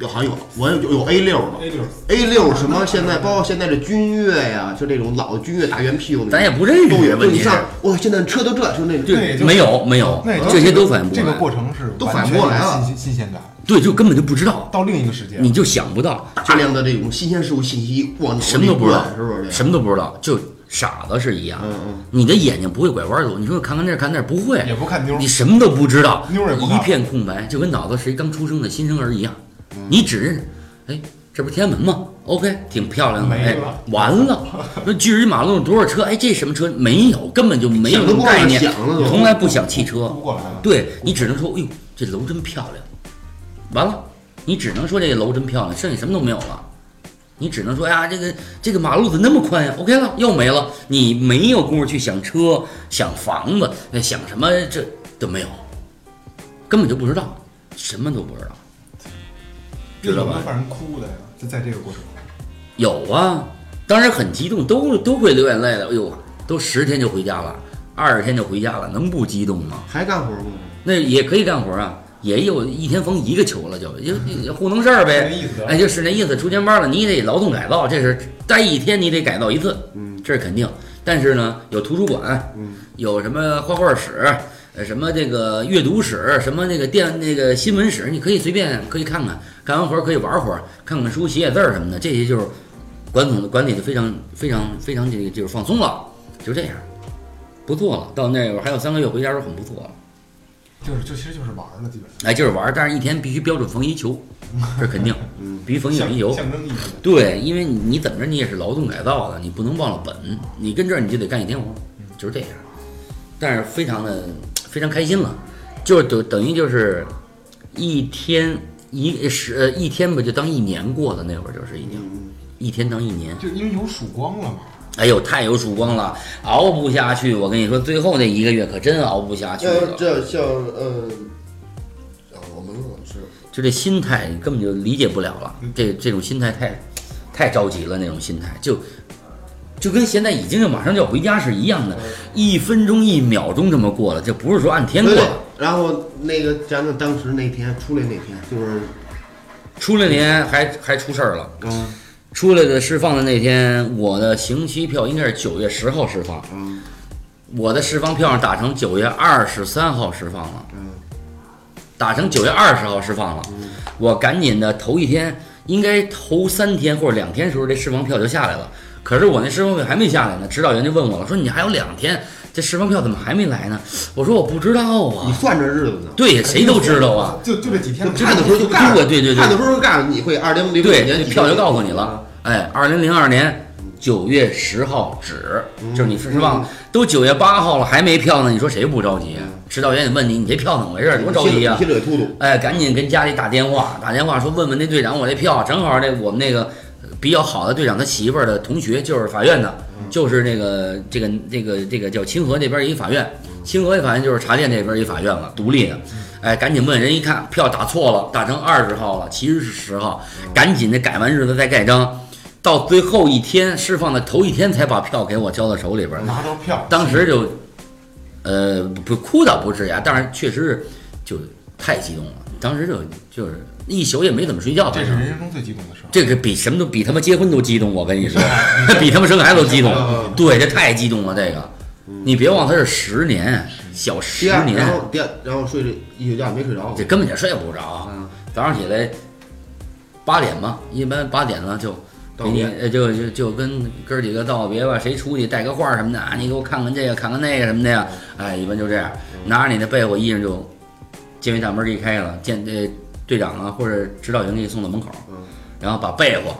有好像有我有有 A 六了 A 六 A 六什么现在包括现在这君越呀，就这种老君越大圆屁股那种，咱也不认识都有。就问你题啊是上，哇，现在车都这，就那种对那也就是没有没有那也就，这是些都反应不这过个来过程是都反应不过来了完全没有新新新鲜感，对，就根本就不知道，到另一个世界。你就想不到，大量的这种新鲜事物信息，哇，脑子什么都不知道里，灌是不是？什么都不知道，就傻子是一样的。嗯嗯你的眼睛不会拐弯走，你说看看那儿看那儿不会，也不看妞儿你什么都不知道，妞儿也不看一片空白，就跟脑子是一刚出生的新生儿一样。嗯你只认识，哎，这不是天安门吗？OK，挺漂亮的，没哎了，完 了，那距离马路上多少车？哎，这什么车？没有，根本就没有想都不概敢念，想了都从来不想汽车。顾不过来了。对你只能说，哎呦，这楼真漂亮。完了，你只能说这个楼真漂亮，剩下什么都没有了。你只能说哎呀，这个这个马路怎么那么宽呀？OK 了，又没了。你没有功夫去想车、想房子、哎想什么，这都没有，根本就不知道，什么都不知道。知道吧有没有让人哭的呀？就在这个过程中，有啊，当时很激动，都都会流眼泪的。哎呦，都十天就回家了，二十天就回家了，能不激动吗？还干活吗？那也可以干活啊。也有一天封一个球了，就就就糊弄事儿呗。那意思啊哎，就是那意思，出钱包了，你得劳动改造，这是待一天你得改造一次，嗯，这是肯定。但是呢，有图书馆，嗯，有什么画画室，呃，什么这个阅读室，什么那个电那个新闻室，你可以随便可以看看，干完活儿可以玩会儿，看看书、写写字儿什么的，这些就是管总管理的非常非常非常这个就是放松了，就这样，不错了。到那会儿还有三个月回家的时候很不错了。就是就其实就是玩儿了，基本哎，就是玩儿，但是一天必须标准缝一球，这肯定，必须缝一上球一球。象象征意义的。对，因为你你怎么着你也是劳动改造的，你不能忘了本，你跟这儿你就得干一天活，就是这样。但是非常的非常开心了，就等等于就是一天一是呃一天吧，就当一年过的那会儿就是已经一天当一年。就因为有曙光了嘛，哎呦，太有曙光了，熬不下去。我跟你说，最后那一个月可真熬不下去要了。这像呃，啊我们我是就这心态，你根本就理解不了了。这这种心态太，太着急了，那种心态就，就跟现在已经马上就要回家是一样的，一分钟一秒钟这么过了，这不是说按天过对了。然后那个咱们当时那天出来那天就是，出来年还还出事儿了，嗯出来的释放的那天，我的刑期票应该是九月十号释放，嗯我的释放票上打成九月二十三号释放了。嗯，打成九月二十号释放了，我赶紧的头一天，应该头三天或者两天时候，这释放票就下来了。可是我那释放票还没下来呢，指导员就问我了，说你还有两天，这释放票怎么还没来呢？我说我不知道你啊，算这日子呢？对，谁都知道啊，就就这几天就嘛，看的时候就干对了，对对对看的时候就干了。你会二零零九对，年这几票月就告诉你了。哎，二零零二年九月十号止，就是你释放了，都九月八号了还没票呢，你说谁不着急啊？指导员也问你，你这票怎么回事？多着急啊！心里突突。哎，赶紧跟家里打电话，打电话说问问那队长，我这票正好这我们那个呃比较好的队长他媳妇儿的同学就是法院的，就是那个这个这个这个叫清河那边一法院，清河法院就是茶店这边一法院了，独立的。哎，赶紧问人一看票打错了，打成二十号了，其实是十号，赶紧的改完日子再盖章，到最后一天释放的头一天才把票给我交到手里边儿，拿到票，当时就，呃，不哭倒不至于啊，但是确实是就太激动了，当时就就是一宿也没怎么睡觉，这反是正人生中最激动的时候。这个比什么都比他妈结婚都激动，我跟你说， 比他妈生孩子都激动，嗯对，这太激动了，这个，你别忘他是十年，小十第二，年然，后第二，然后睡了一宿觉没睡着这。根本就睡不着，嗯早上起来八点吧，一般八点了就。道给你别呃就就就跟哥儿几个道别吧，谁出去带个画儿什么的啊？你给我看看这个，看看那个什么的呀？哎，一般就这样，嗯拿着你的被窝衣裳就，监狱大门儿一开了，监呃队长啊或者指导员给你送到门口儿，嗯然后把被窝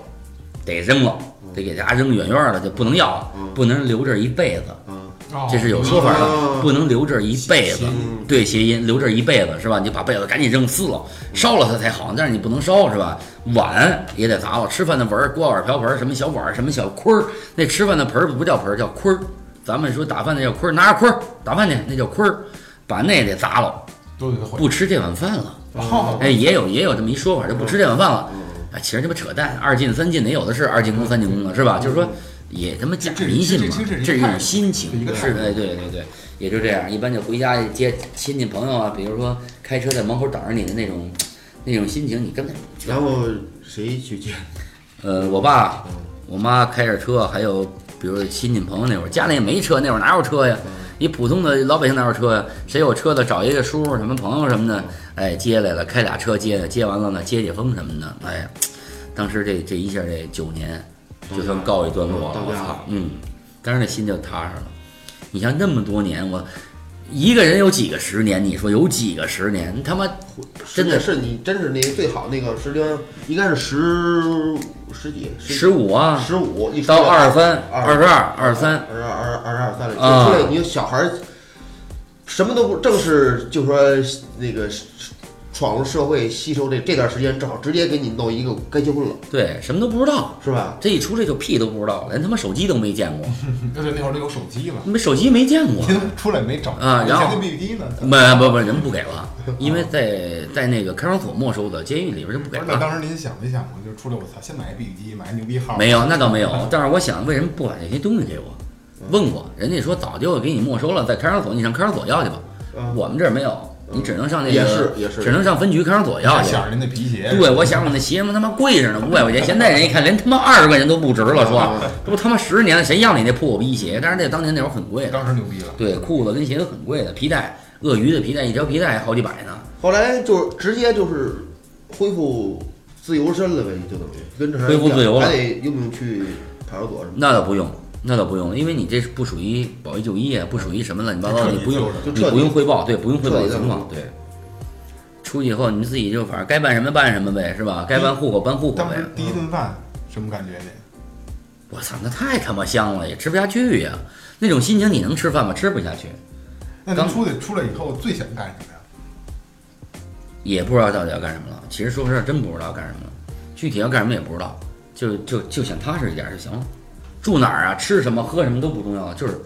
得扔了，得给大家扔远远儿的，就不能要了，嗯不能留这儿一辈子。嗯，哦这是有说法的，哦不能留这儿一辈子谐音。嗯对，谐音留这儿一辈子是吧？你把被子赶紧扔撕了，烧了它才好，但是你不能烧是吧？碗也得砸了，吃饭的盆儿、锅碗瓢盆儿、什么小碗儿、什么小盔儿，那吃饭的盆儿不叫盆儿，叫盔儿。咱们说打饭那叫盔儿，拿着盔儿打饭去，那叫盔儿，把那得砸了，都得回。不吃这碗饭了。哦哎，也有也有这么一说法，就不吃这碗饭嗯了。啊，其实他妈扯淡，二进三进的有的是，二进宫三进宫的是吧？就是说，也他妈假迷信嘛这这，这这这是一一种看心这情一，个是态度哎，对对对，也就这样。一般就回家接亲戚朋友啊，比如说开车在门口等着你的那种，那种心情，你根本就然后谁去接？呃，我爸、我妈开着车，还有比如亲戚朋友那会儿，家里也没车，那会儿哪有车呀？嗯你普通的老百姓哪有车呀？谁有车的找一个叔叔、什么朋友什么嗯的，哎，接来了，开俩车接的，接完了呢，接解风什么的，哎呀，当时这这一下这九年就算告一段落了，到我家操了，嗯，当时那心就踏实了。你像那么多年，我一个人有几个十年？你说有几个十年？他妈真的是你，真是那个最好那个时间，应该是十十几、十五啊，十五一到二十三、二二十二、二十三。二二二二二三了。啊就出来你小孩儿什么都不，正是就说那个闯入社会吸收这这段时间，正好直接给你弄一个该结婚了，对，什么都不知道。是吧？这一出来就屁都不知道，连他妈手机都没见过，就是那会儿都有手机了，你们手机没见 过。您出来没找啊然后以前那 BB 机呢？不不不，人不给了，因为在在那个看守所没收的，监狱里边就不不给是，那了。当时您想没想过，就是出来我操，先买一 BB 机，买一牛逼号，没有，那倒没有。但是我想，为什么不把这些东西给我？问过，人家说早就给你没收了，在看守所，你上看守所要去吧。嗯我们这儿没有，你只能上那个，也是也是只能上分局看守所要去。想着您的皮鞋，对，我想我那鞋他妈他妈贵着呢，五百块钱。现在人一看，连他妈二十块钱都不值了，啊说这不他妈十年了，谁要你那破狗逼鞋？但是那当年那会儿很贵的，当时牛逼了，对，裤子跟鞋都很贵的，皮带，鳄鱼的皮带一条皮带好几百呢。后来就是直接就是恢复自由身了呗，就等于跟这还恢复自由了还得用不用去派出所什么的？那倒不用，那倒不用，因为你这是不属于保一就医，不属于什么乱七八糟，彻你底不用自由身你不用汇报，对，不用汇报情况，彻底对。出去以后你自己就反正该办什么办什么呗，是吧？该办户口办户口当呗时。第一顿饭什么感觉呢？我操，那太他妈香了，也吃不下去呀。那种心情你能吃饭吗？吃不下去，那您刚出去出来以后最想干什么呀？也不知道到底要干什么了。其实说实话，真不知道干什么了，具体要干什么也不知道，就就就想踏实一点就行了。住哪儿啊，吃什么喝什么都不重要，就是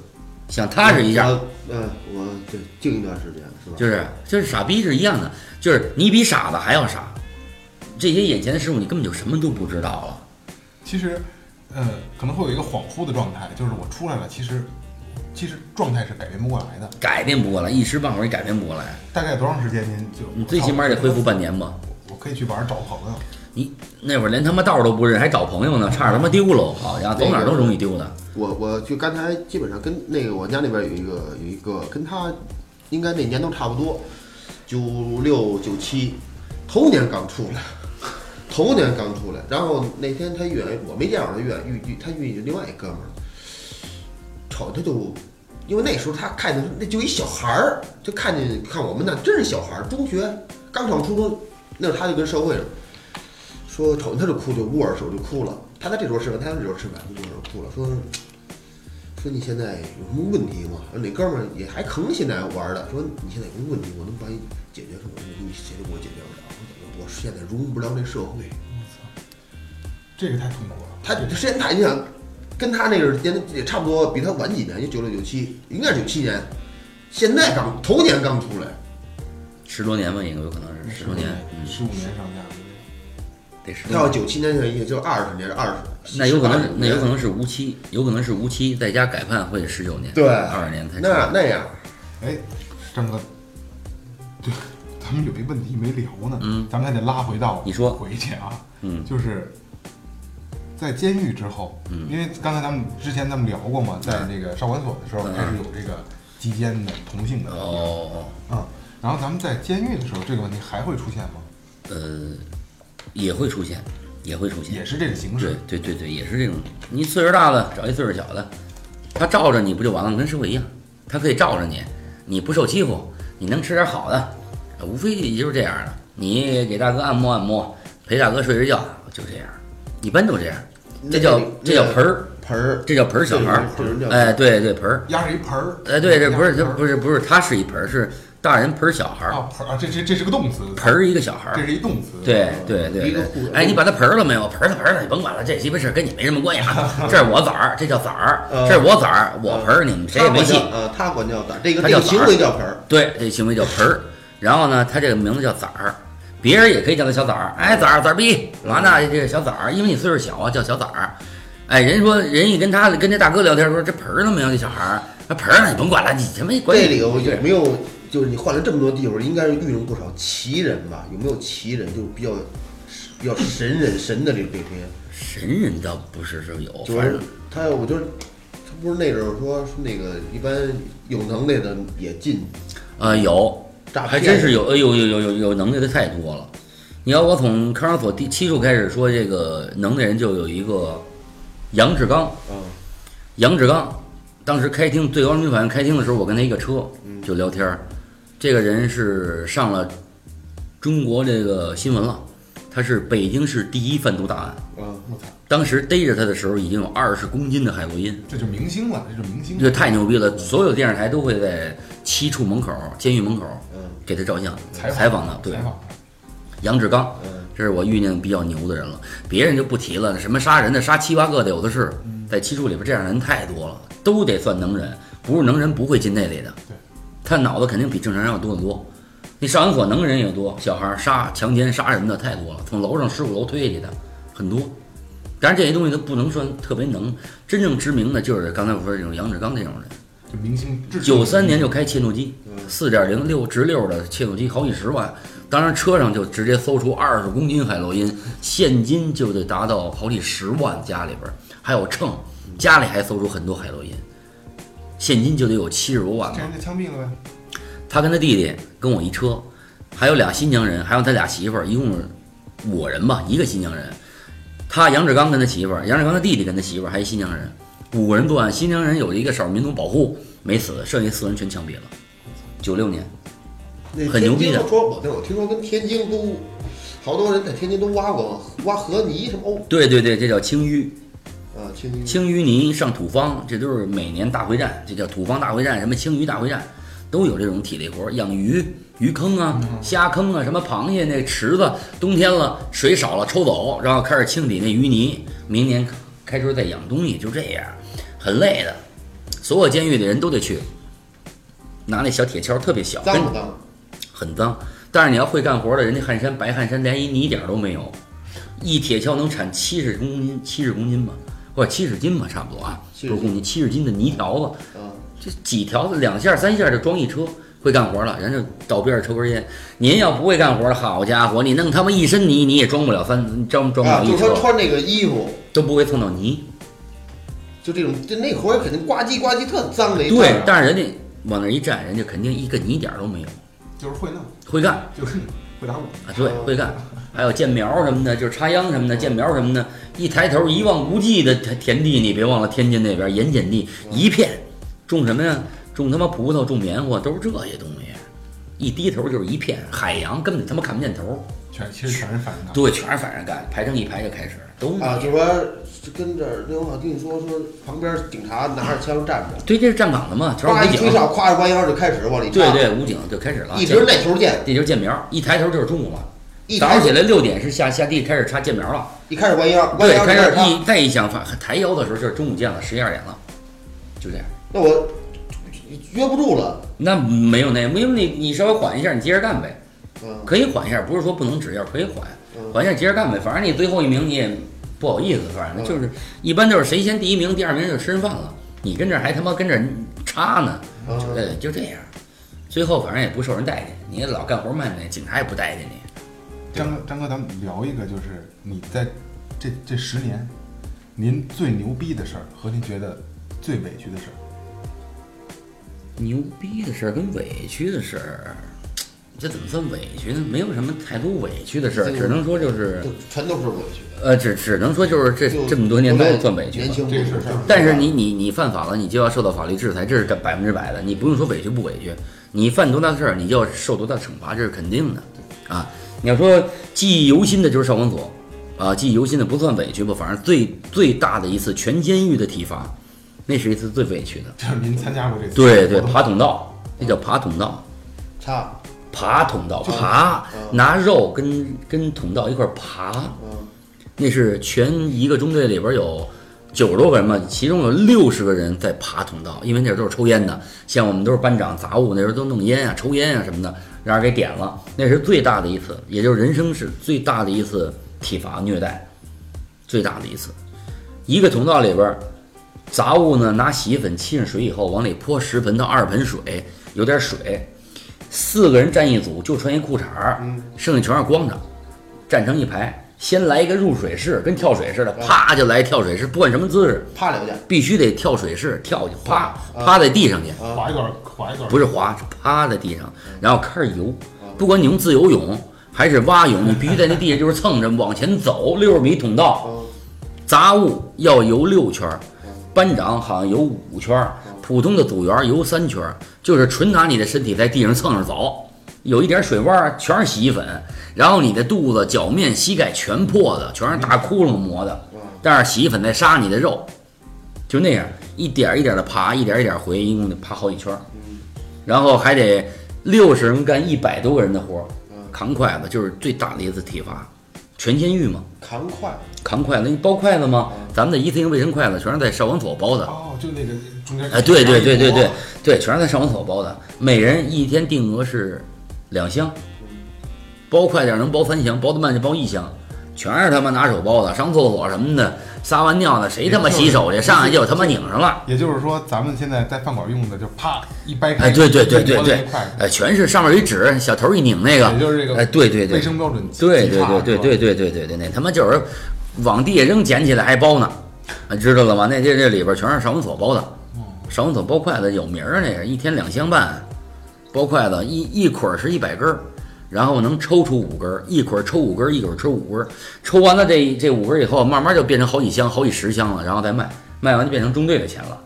想踏实一下。我。嗯，我对静一段时间是吧？就是就是傻逼是一样的，就是你比傻子还要傻。这些眼前的事物你根本就什么都不知道了。其实，呃，可能会有一个恍惚的状态，就是我出来了，其实其实状态是改变不过来的。改变不过来，一时半会儿也改变不过来。大概多长时间您就你最起码得恢复半年吧。我可以去玩儿找朋友，你那会儿连他妈道儿都不认，还找朋友呢，差点他妈丢了。好家伙，走哪儿都容易丢的。我我就刚才基本上跟那个我家那边有一个有一个跟他应该那年头差不多，九六九七，头年刚出来， 头年刚出来。然后那天他遇我没见着他遇遇遇他遇另外一哥们儿，瞅他就，因为那时候他看见那就一小孩儿，就看见看我们那真是小孩儿，中学刚上初中，那他就跟社会上。说瞅见他就哭，就握着手就哭了。他在这桌吃饭，他在那桌吃饭，就握着手哭了，说说你现在有什么问题吗？那哥们儿也还坑，现在玩的，说你现在有什么问题，我能帮你解决什么？你谁都给我解决不了，我现在融入不了这社会。这个太痛苦了。他时间太，你想，跟他那个年龄也差不多，比他晚几年，就九六九七，应该是九七年，现在刚头年刚出来，十多年吧，也有可能是十多年，嗯，十五年上架，得十他要多年。九七年也就二十年，二十，那有可18能，年那有可能是无期，有可能是无期，再加改判会十九年，对二十年才出来。那那样，哎，张哥，对，咱们有一问题没聊呢，嗯咱们还得拉回到你说回去啊，嗯就是在监狱之后，嗯因为刚才咱们之前咱们聊过嘛，在那个少管所的时候嗯开始有这个基监的同性的哦，啊，然后咱们在监狱的时候，这个问题还会出现吗？呃，也会出现，也会出现，也是这个形对式，对对对，也是这种，你岁数大的找一岁数小的，他罩着你不就完了？跟社会一样，他可以罩着你，你不受欺负，你能吃点好的，呃无非也就是这样的。你给大哥按摩按摩，陪大哥睡睡觉，就这样，一般都这样。这叫这叫盆儿，盆儿，这叫盆儿小孩儿。这种叫哎，对对盆儿，压着一盆儿，哎对，这不是这压着一盆儿不是不是，他是一盆儿，是大人盆儿小孩儿，啊盆儿啊，这这这是个动词，盆儿一个小孩儿这。是一动词，对对对一个对护，哎，你把它盆儿了没有？盆儿了盆儿了，你甭管了，这鸡巴事儿跟你没什么关系 啊。这是我崽儿，这叫崽儿，呃这是我崽儿，我盆儿，你们谁也没戏。啊，他管叫崽，这个他这叫个崽儿行为叫盆儿，对，这行为叫盆儿。然后呢，他这个名字叫崽儿，别人也可以叫他小崽儿，哎，崽儿崽儿逼，完了这个小崽儿，因为你岁数小啊，叫小崽儿。哎，人说人一跟他跟这大哥聊天说这盆儿了没有？这小孩儿，那盆儿了你甭管了，你他妈管你这里头有没有就是你换了这么多地方，应该是遇上不少奇人吧？有没有奇人就是比较比较神人神的这这些？神人倒不是说有，就哦反是正他，我就是他不是那时候说是那个一般有能耐的也进呃有，诈骗，还真是有，哎呦呦呦呦，有能耐的太多了。你要我从看守所第七处开始说这个能耐人，就有一个杨志刚。嗯杨志刚当时开庭，最高人民法院开庭的时候，我跟他一个车嗯就聊天儿。这个人是上了中国这个新闻了，他是北京市第一贩毒大案。嗯，我操，当时逮着他的时候，已经有二十公斤的海洛因。这就明星了，这就明星了，这太牛逼了！所有电视台都会在七处门口、监狱门口嗯给他照相、采采访他。对采，访杨志刚嗯，这是我遇见比较牛的人了，别人就不提了。什么杀人的，杀七八个的有的是，在七处里边这样的人太多了，都得算能人，不是能人不会进那里的对。他脑子肯定比正常人要多得多。那少管所能人也多，小孩儿杀、强奸、杀人的太多了，从楼上十五楼推下去的很多。但是这些东西都不能算特别能，真正知名的就是刚才我说这种杨志刚这种人，这明星制九三年就开切诺基，四点零六直溜的切诺基好几十万，当然车上就直接搜出二十公斤海洛因，现金就得达到好几十万，家里边儿还有秤，家里还搜出很多海洛因，现金就得有七十多万这吧。人就枪毙了呗。他跟他弟弟跟我一车，还有俩新疆人，还有他俩媳妇儿，一共是五人吧，一个新疆人，他杨志刚跟他媳妇儿，杨志刚他弟弟跟他媳妇儿，还有一新疆人，五个人作案。新疆人有一个少数民族保护没死，剩下四人全枪毙了。九六年，那很牛逼的天津我说保定，我听说跟天津都好多人在天津都挖过挖河泥什么哦对对对，这叫清淤，啊，天津清淤泥上土方，这都是每年大会战，这叫土方大会战，什么清淤大会战，都有这种体力活儿，养鱼、鱼坑啊、虾坑啊，什么螃蟹那池子，冬天了水少了抽走，然后开始清理那淤泥，明年开春再养东西，就这样，很累的。所有监狱的人都得去，拿那小铁锹特别小，跟脏不脏？很脏。但是你要会干活的，人家汗衫白汗衫连一泥点儿都没有，一铁锹能产七十公斤，七十公斤吧，或者七十斤吧，差不多啊， 70不是公斤，七十斤的泥条子，啊，这几条子两下三下就装一车。会干活了，人就倒边儿抽根烟。您要不会干活，好家伙，你弄他妈一身泥，你也装不了三，装装不啊，了就一是说车，穿这个衣服，都不会蹭到泥。就这种，这那活儿肯定呱唧呱唧特脏的一对，但但是人家往那儿一站，人家肯定一个泥点儿都没有。就是会弄，会干，就是会打鼓。啊，对，会干，还有建苗什么的，就是插秧什么的，建苗什么的，一抬头一望无际的田田地，你别忘了天津那边盐碱地一片，种什么呀？种他妈葡萄，种棉花，都是这些东西。一低头就是一片海洋，根本他妈看不见头。全其实全是反着打。对，全是反着干，排成一排就开始了，都没有啊，就是说就跟这儿，刘好跟你说说，旁边警察拿着枪站着，对，这是站岗的嘛，全叭一是武吹警。哨，挎着弯腰就开始往里对插，对，武警就开始了，啊一建直那头见，这就是建苗，一抬头就是中午了。一早上抬起来六点是下下地开始插建苗了。一开始弯腰，弯对，腰开就始插一再一想反抬腰的时候，就是中午见了，十一二点了，就这样。那我约不住了，那没有那，因为你你稍微缓一下，你接着干呗，嗯可以缓一下，不是说不能止药，可以缓，嗯缓一下接着干呗。反正你最后一名你也不好意思，反正嗯就是一般就是谁先第一名、第二名就吃人饭了，你跟这儿还他妈跟这儿插呢，嗯。对，就这样。最后反正也不受人待见，你老干活慢呗，警察也不待见你。张哥，张哥，咱们聊一个，就是你在这这十年，您最牛逼的事儿和您觉得最委屈的事儿，牛逼的事儿跟委屈的事儿，这怎么算委屈呢？没有什么太多委屈的事儿，这个只能说就是，就全都是委屈。呃，只只能说就是这就这么多年都算委屈年吧。轻这不事懂儿事儿但是你你你犯法了，你就要受到法律制裁，这是百分之百的。你不用说委屈不委屈，你犯多大事儿，你就要受多大惩罚，这是肯定的。啊，你要说记忆犹新的就是少管所，啊，记忆犹新的不算委屈吧，反正最最大的一次全监狱的体罚，那是一次最委屈的。就是您参加过这次对对，活动爬桶道，那叫爬桶道。差，爬桶道，爬嗯拿肉跟跟桶道一块儿爬，嗯，那是全一个中队里边有九十多个人嘛，其中有六十个人在爬桶道，因为那时候都是抽烟的，像我们都是班长杂务，那时候都弄烟啊、抽烟啊什么的，让人给点了，那是最大的一次，也就是人生是最大的一次体罚虐待，最大的一次。一个桶道里边儿，杂物呢拿洗衣粉沏上水以后，往里泼十盆到二十盆水，有点水，四个人站一组，就穿一裤衩儿，剩下全是光着。站成一排，先来一个入水式，跟跳水似的，啪就来跳水式，不管什么姿势，趴两下，必须得跳水式跳下去，啪趴在地上去，啊滑一段，滑一段，不是滑，是趴在地上，然后开始游。不管你用自由泳还是蛙泳，你必须在那地上就是蹭着往前走六十米通道，嗯，杂物要游六圈儿，班长好像游五圈儿，普通的组员游三圈儿，就是纯拿你的身体在地上蹭着走，有一点水洼儿全是洗衣粉，然后你的肚子、脚面、膝盖全破的，全是大窟窿磨的，啊但是洗衣粉在杀你的肉，就那样一点儿一点的爬，一点儿一点儿回，一共得爬好几圈儿，然后还得六十人干一百多个人的活儿，扛筷子就是最大的一次体罚，全监狱嘛。扛快，扛筷子，你包筷子吗？嗯咱们的一次性卫生筷子全是在少管所包的。哦，就那个中间哎，对对对对对哦对，全是在少管所包的，每人一天定额是两箱，包快点儿能包三箱，包的慢就包一箱，全是他妈拿手包的，上厕所什么的，撒完尿的，谁他妈洗手去？上来就他妈拧上了。也就是说，咱们现在在饭馆用的，就啪一掰开，哎，对对对美对国的对那块，哎，全是上面有一纸，小头一拧那个也，就是这个哎，对对卫对，生标准极差对对对对是吧对对对对对，那他妈就是往地下扔，捡起来还包呢，啊知道了吗？那这这里边全是少管所包的，哦少管所包筷子有名儿，啊那个一天两箱半，包筷子一一捆儿是一百根儿，然后能抽出五根儿，一捆儿抽五根儿，一捆儿抽五根儿，抽完了这这五根儿以后，慢慢就变成好几箱、好几十箱了，然后再卖，卖完就变成中队的钱了，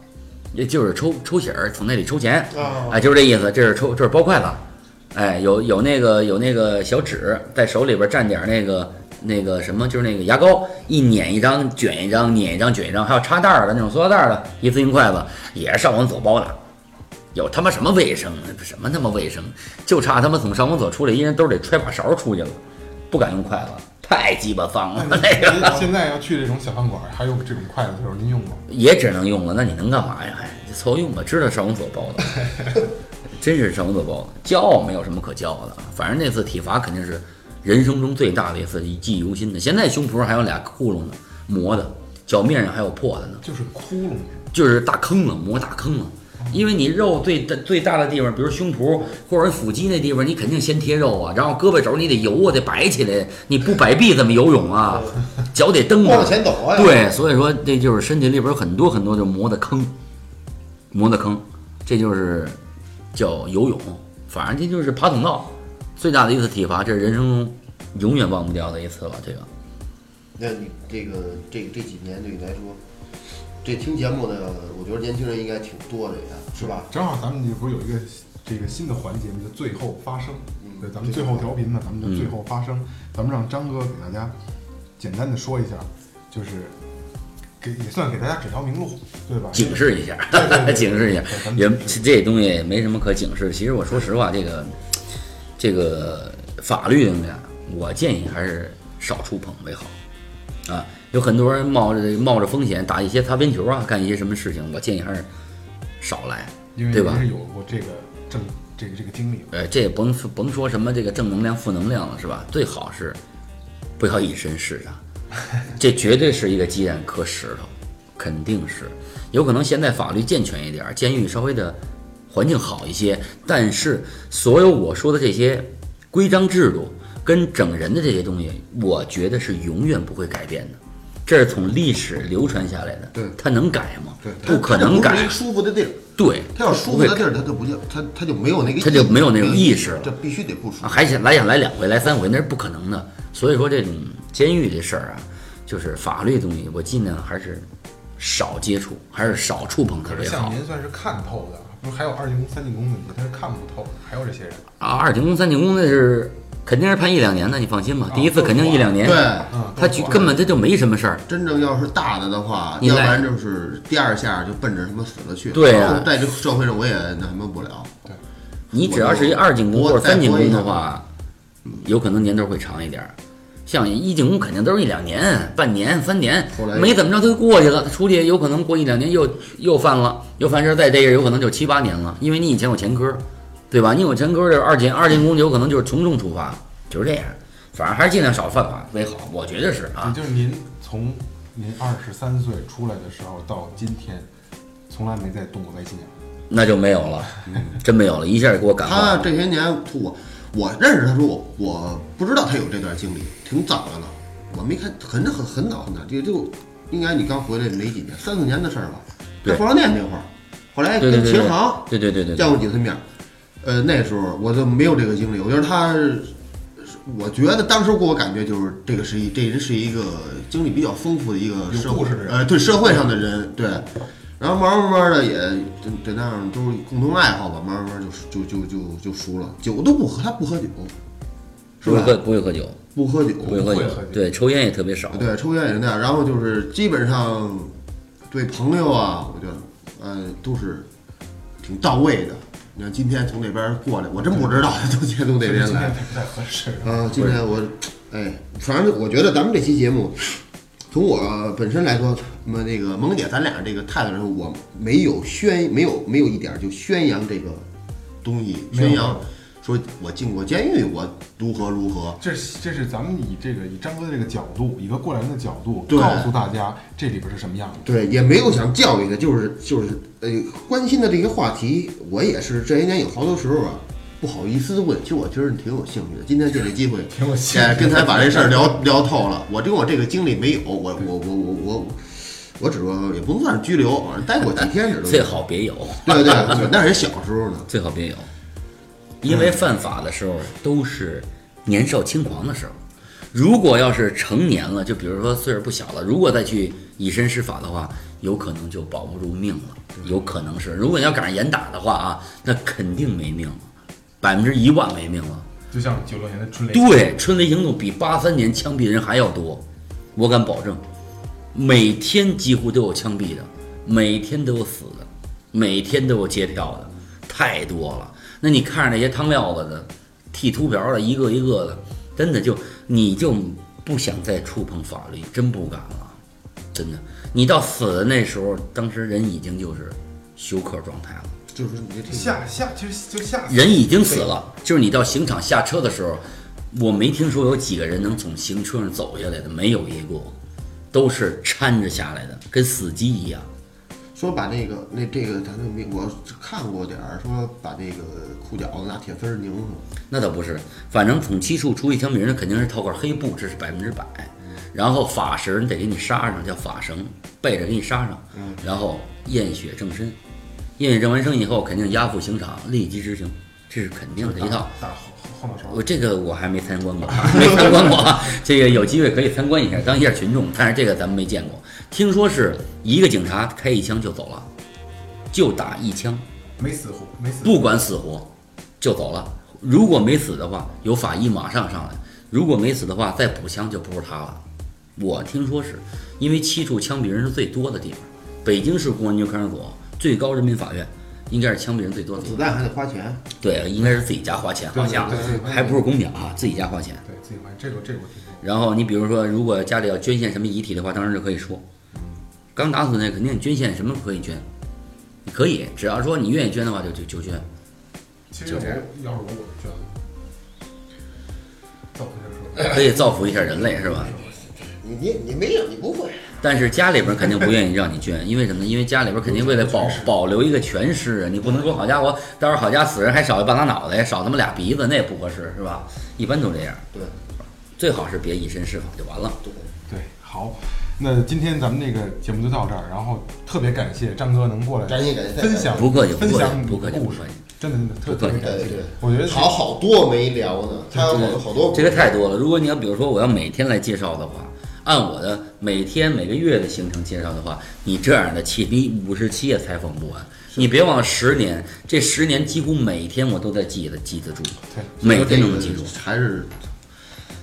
也就是抽抽血儿从那里抽钱，啊哎，就是这意思，这是抽这是包筷子。哎，有有那个有那个小纸，在手里边蘸点那个那个什么，就是那个牙膏，一捻一张，卷一张，捻一张，卷一张，还有插袋儿的那种塑料袋儿的一次性筷子，也是上网所包的。有他妈什么卫生？什么他妈卫生？就差他妈从上厕所出来，一人兜里揣把勺出去了，不敢用筷子，太鸡巴脏了。那那个您您现在要去这种小饭馆，还有这种筷子的时候，您用吗？也只能用了，那你能干嘛呀？哎，就凑合用吧，知道上网所包的，真是上网所包的，教没有什么可教的。反正那次体罚肯定是人生中最大的一次记忆犹新的。现在胸脯还有俩窟窿呢，磨的，脚面上还有破的呢，就是窟窿，就是大坑了，磨大坑了。因为你肉最大最大的地方，比如胸脯或者腹肌那地方，你肯定先贴肉啊，然后胳膊肘你得游啊，得摆起来，你不摆臂怎么游泳啊？脚得蹬着，光着前走哎啊，对，所以说这就是身体里边有很多很多就磨的坑，磨的坑，这就是叫游泳，反正这就是爬桶道最大的一次体罚，这是人生中永远忘不掉的一次了。这个那你这个这这几年对你来说，这听节目的，我觉得年轻人应该挺多的呀，是吧？正好咱们这不是有一个这个新的环节吗？就最后发声。嗯对，咱们最后调频嘛，咱们就最后发声。咱们让张哥给大家简单的说一下，就是给也算给大家指条明路，对吧？警示一下对对，对 警示一下，对咱们也警示这东西也没什么可警示。其实我说实话，这个这个法律东西啊，我建议还是少触碰为好。啊，有很多人冒着冒着风险打一些擦边球啊，干一些什么事情，我建议还是少来。因为对吧您是有过这个正这个这个经历了，呃，这也甭说甭说什么这个正能量、负能量了，是吧？最好是不要以身试法，这绝对是一个鸡蛋磕石头，肯定是。有可能现在法律健全一点儿，监狱稍微的环境好一些，但是所有我说的这些规章制度跟整人的这些东西，我觉得是永远不会改变的。这是从历史流传下来的，对它能改吗？对，不可能他不是改一。舒服的地儿，对，他要舒不服会的改地儿，他就不叫他他就没有那个，他就没有那种意识了这必须得不舒服。啊，还想来想来两回，来三回那是不可能的。所以说这种监狱这事儿啊，就是法律的东西，我尽量还是少接触，还是少触碰它可为是像好您算是看透的，不是还有二进宫、三进宫的，你他是看不透的，还有这些人。啊。二进宫、三进宫那是肯定是判一两年的，你放心吧啊。第一次肯定一两年，对，嗯，他就根本他就没什么事儿。真正要是大的的话，你要来不然就是第二下就奔着他妈死了去。对呀在这个社会上我也那什么不了。你只要是一二进宫我或者三进我再宫说的一下话，有可能年头会长一点儿。像一进宫肯定都是一两年、半年、三年后来，没怎么着他就过去了。出去有可能过一两年又又犯了，又犯事儿，再这样有可能就七八年了，因为你以前有前科，对吧？你有前科，这二进二进宫有可能就是从重处罚，就是这样。反正还是尽量少犯法为好，我觉得是也啊。就是您从您二十三岁出来的时候到今天，从来没再动过歪啊心眼。那就没有了，真没有了，一下给我感化他了。这些年，我我认识他时候，我我不知道他有这段经历，挺早的了。我没看，很很很早很早，也就应该你刚回来没几年，三四年的事儿吧。在对服装店那会儿，后来对对跟对琴行对对对对对见过几次面儿。呃，那时候我就没有这个经历，我觉得他是，我觉得当时给我感觉就是这个是一这人是一个经历比较丰富的一个有社故会事的人呃，对社会上的人，对。然后慢慢慢慢的也这这那样都是共同爱好吧，慢慢慢慢就就就就就熟了，酒都不喝，他不喝酒，是不会吧？喝，不会喝酒，不喝酒，不会喝不酒会喝酒，对，抽烟也特别少。对，抽烟也是那样。然后就是基本上对朋友啊，我觉得呃都是挺到位的。你看今天从那边过来，我真不知道他 从街从那边今来天。太不太合适。嗯啊，今天我，哎，反正我觉得咱们这期节目，从我本身来说，那么那个萌姐，咱俩这个态度上，我没有宣，没有没有一点儿就宣扬这个东西，没有宣扬说我进过监狱，我如何如何。这是这是咱们以这个以张哥的这个角度，以一个过来人的角度，对告诉大家这里边是什么样的。对，也没有想教育的，就是就是呃，关心的这些话题，我也是这些年有好多时候啊，不好意思问。其实我觉得你挺有兴趣的，今天借这机会， 挺有兴趣哎，跟他把这事儿聊聊透了。我跟我这个经历没有，我我我我我，我只说也不算是拘留，反正待过几天这都。最好别有，嗯对对对，那是小时候呢。 最好别有，因为犯法的时候都是年少轻狂的时候。如果要是成年了，就比如说岁数不小了，如果再去以身试法的话，有可能就保不住命了，有可能是。如果要赶上严打的话啊，那肯定没命了，百分之一万没命了。就像九六年的春雷，对，春雷行动比八三年枪毙人还要多，我敢保证，每天几乎都有枪毙的，每天都有死的，每天都有劫票的，太多了。那你看着那些汤料子的、剃秃瓢的，一个一个的，真的就你就不想再触碰法律，真不敢了，真的。你到死的那时候，当时人已经就是休克状态了。就是你这下下其实就下人已经死了，就是你到刑场下车的时候，我没听说有几个人能从行车上走下来的，没有一个，都是搀着下来的，跟死鸡一样。说把那个那这个咱们我看过点儿，说把那个裤脚子拿铁丝儿拧上。那倒不是，反正从七处除一枪毙人，肯定是套块黑布，这是百分之百。然后法绳得给你杀上，叫法绳，背着给你杀上，然后验血正身，验血正完身以后，肯定押赴刑场，立即执行，这是肯定的一套。打后后脑勺，我哦这个我还没参观过啊，没参观过啊。这个有机会可以参观一下，当一下群众。但是这个咱们没见过，听说是一个警察开一枪就走了，就打一枪，没死活，没死不管死活，就走了。如果没死的话，有法医马上上来；如果没死的话，再补枪就不是他了。我听说是因为七处枪毙人是最多的地方，北京市公安局看守所、最高人民法院应该是枪毙人最多的地子方。弹还得花钱，对，应该是自己家花钱对好像对对对还不是公奖啊，自己家花钱。对自己玩这个这个我听说过，然后你比如说，如果家里要捐献什么遗体的话，当然就可以说，刚打死那肯定捐献什么可以捐，你可以，只要说你愿意捐的话就就就捐。其实我要是我我就觉得，造福这社可以造福一下人类是吧？你你你没有，你不会。但是家里边肯定不愿意让你捐，因为什么呢？因为家里边肯定为了保保留一个全尸啊，你不能说好家伙，到时候好家死人还少一半拉脑袋，少他妈俩鼻子，那也不合适是吧？一般都这样，对最好是别以身试法就完了。对，对，好，那今天咱们这个节目就到这儿，然后特别感谢张哥能过来赶紧赶紧分享，不客气分享不客气你的故不客气事，真的真的特不客特气别感对对谢，我觉得好好多没聊呢，他有好多好多这个太多了。如果你要比如说我要每天来介绍的话，按我的每天每个月的行程介绍的话，你这样的期你五十期也采访不完。你别忘了十年，这十年几乎每天我都在记得记得住，对。每天都能记住。还是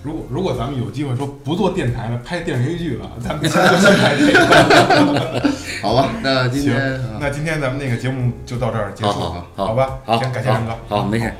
如果如果咱们有机会说不做电台了，拍电视剧了，咱们先就先拍这 个。好吧？那今行天啊，那今天咱们那个节目就到这儿结束好了好，好吧？好，行，感谢张哥。好，好没事，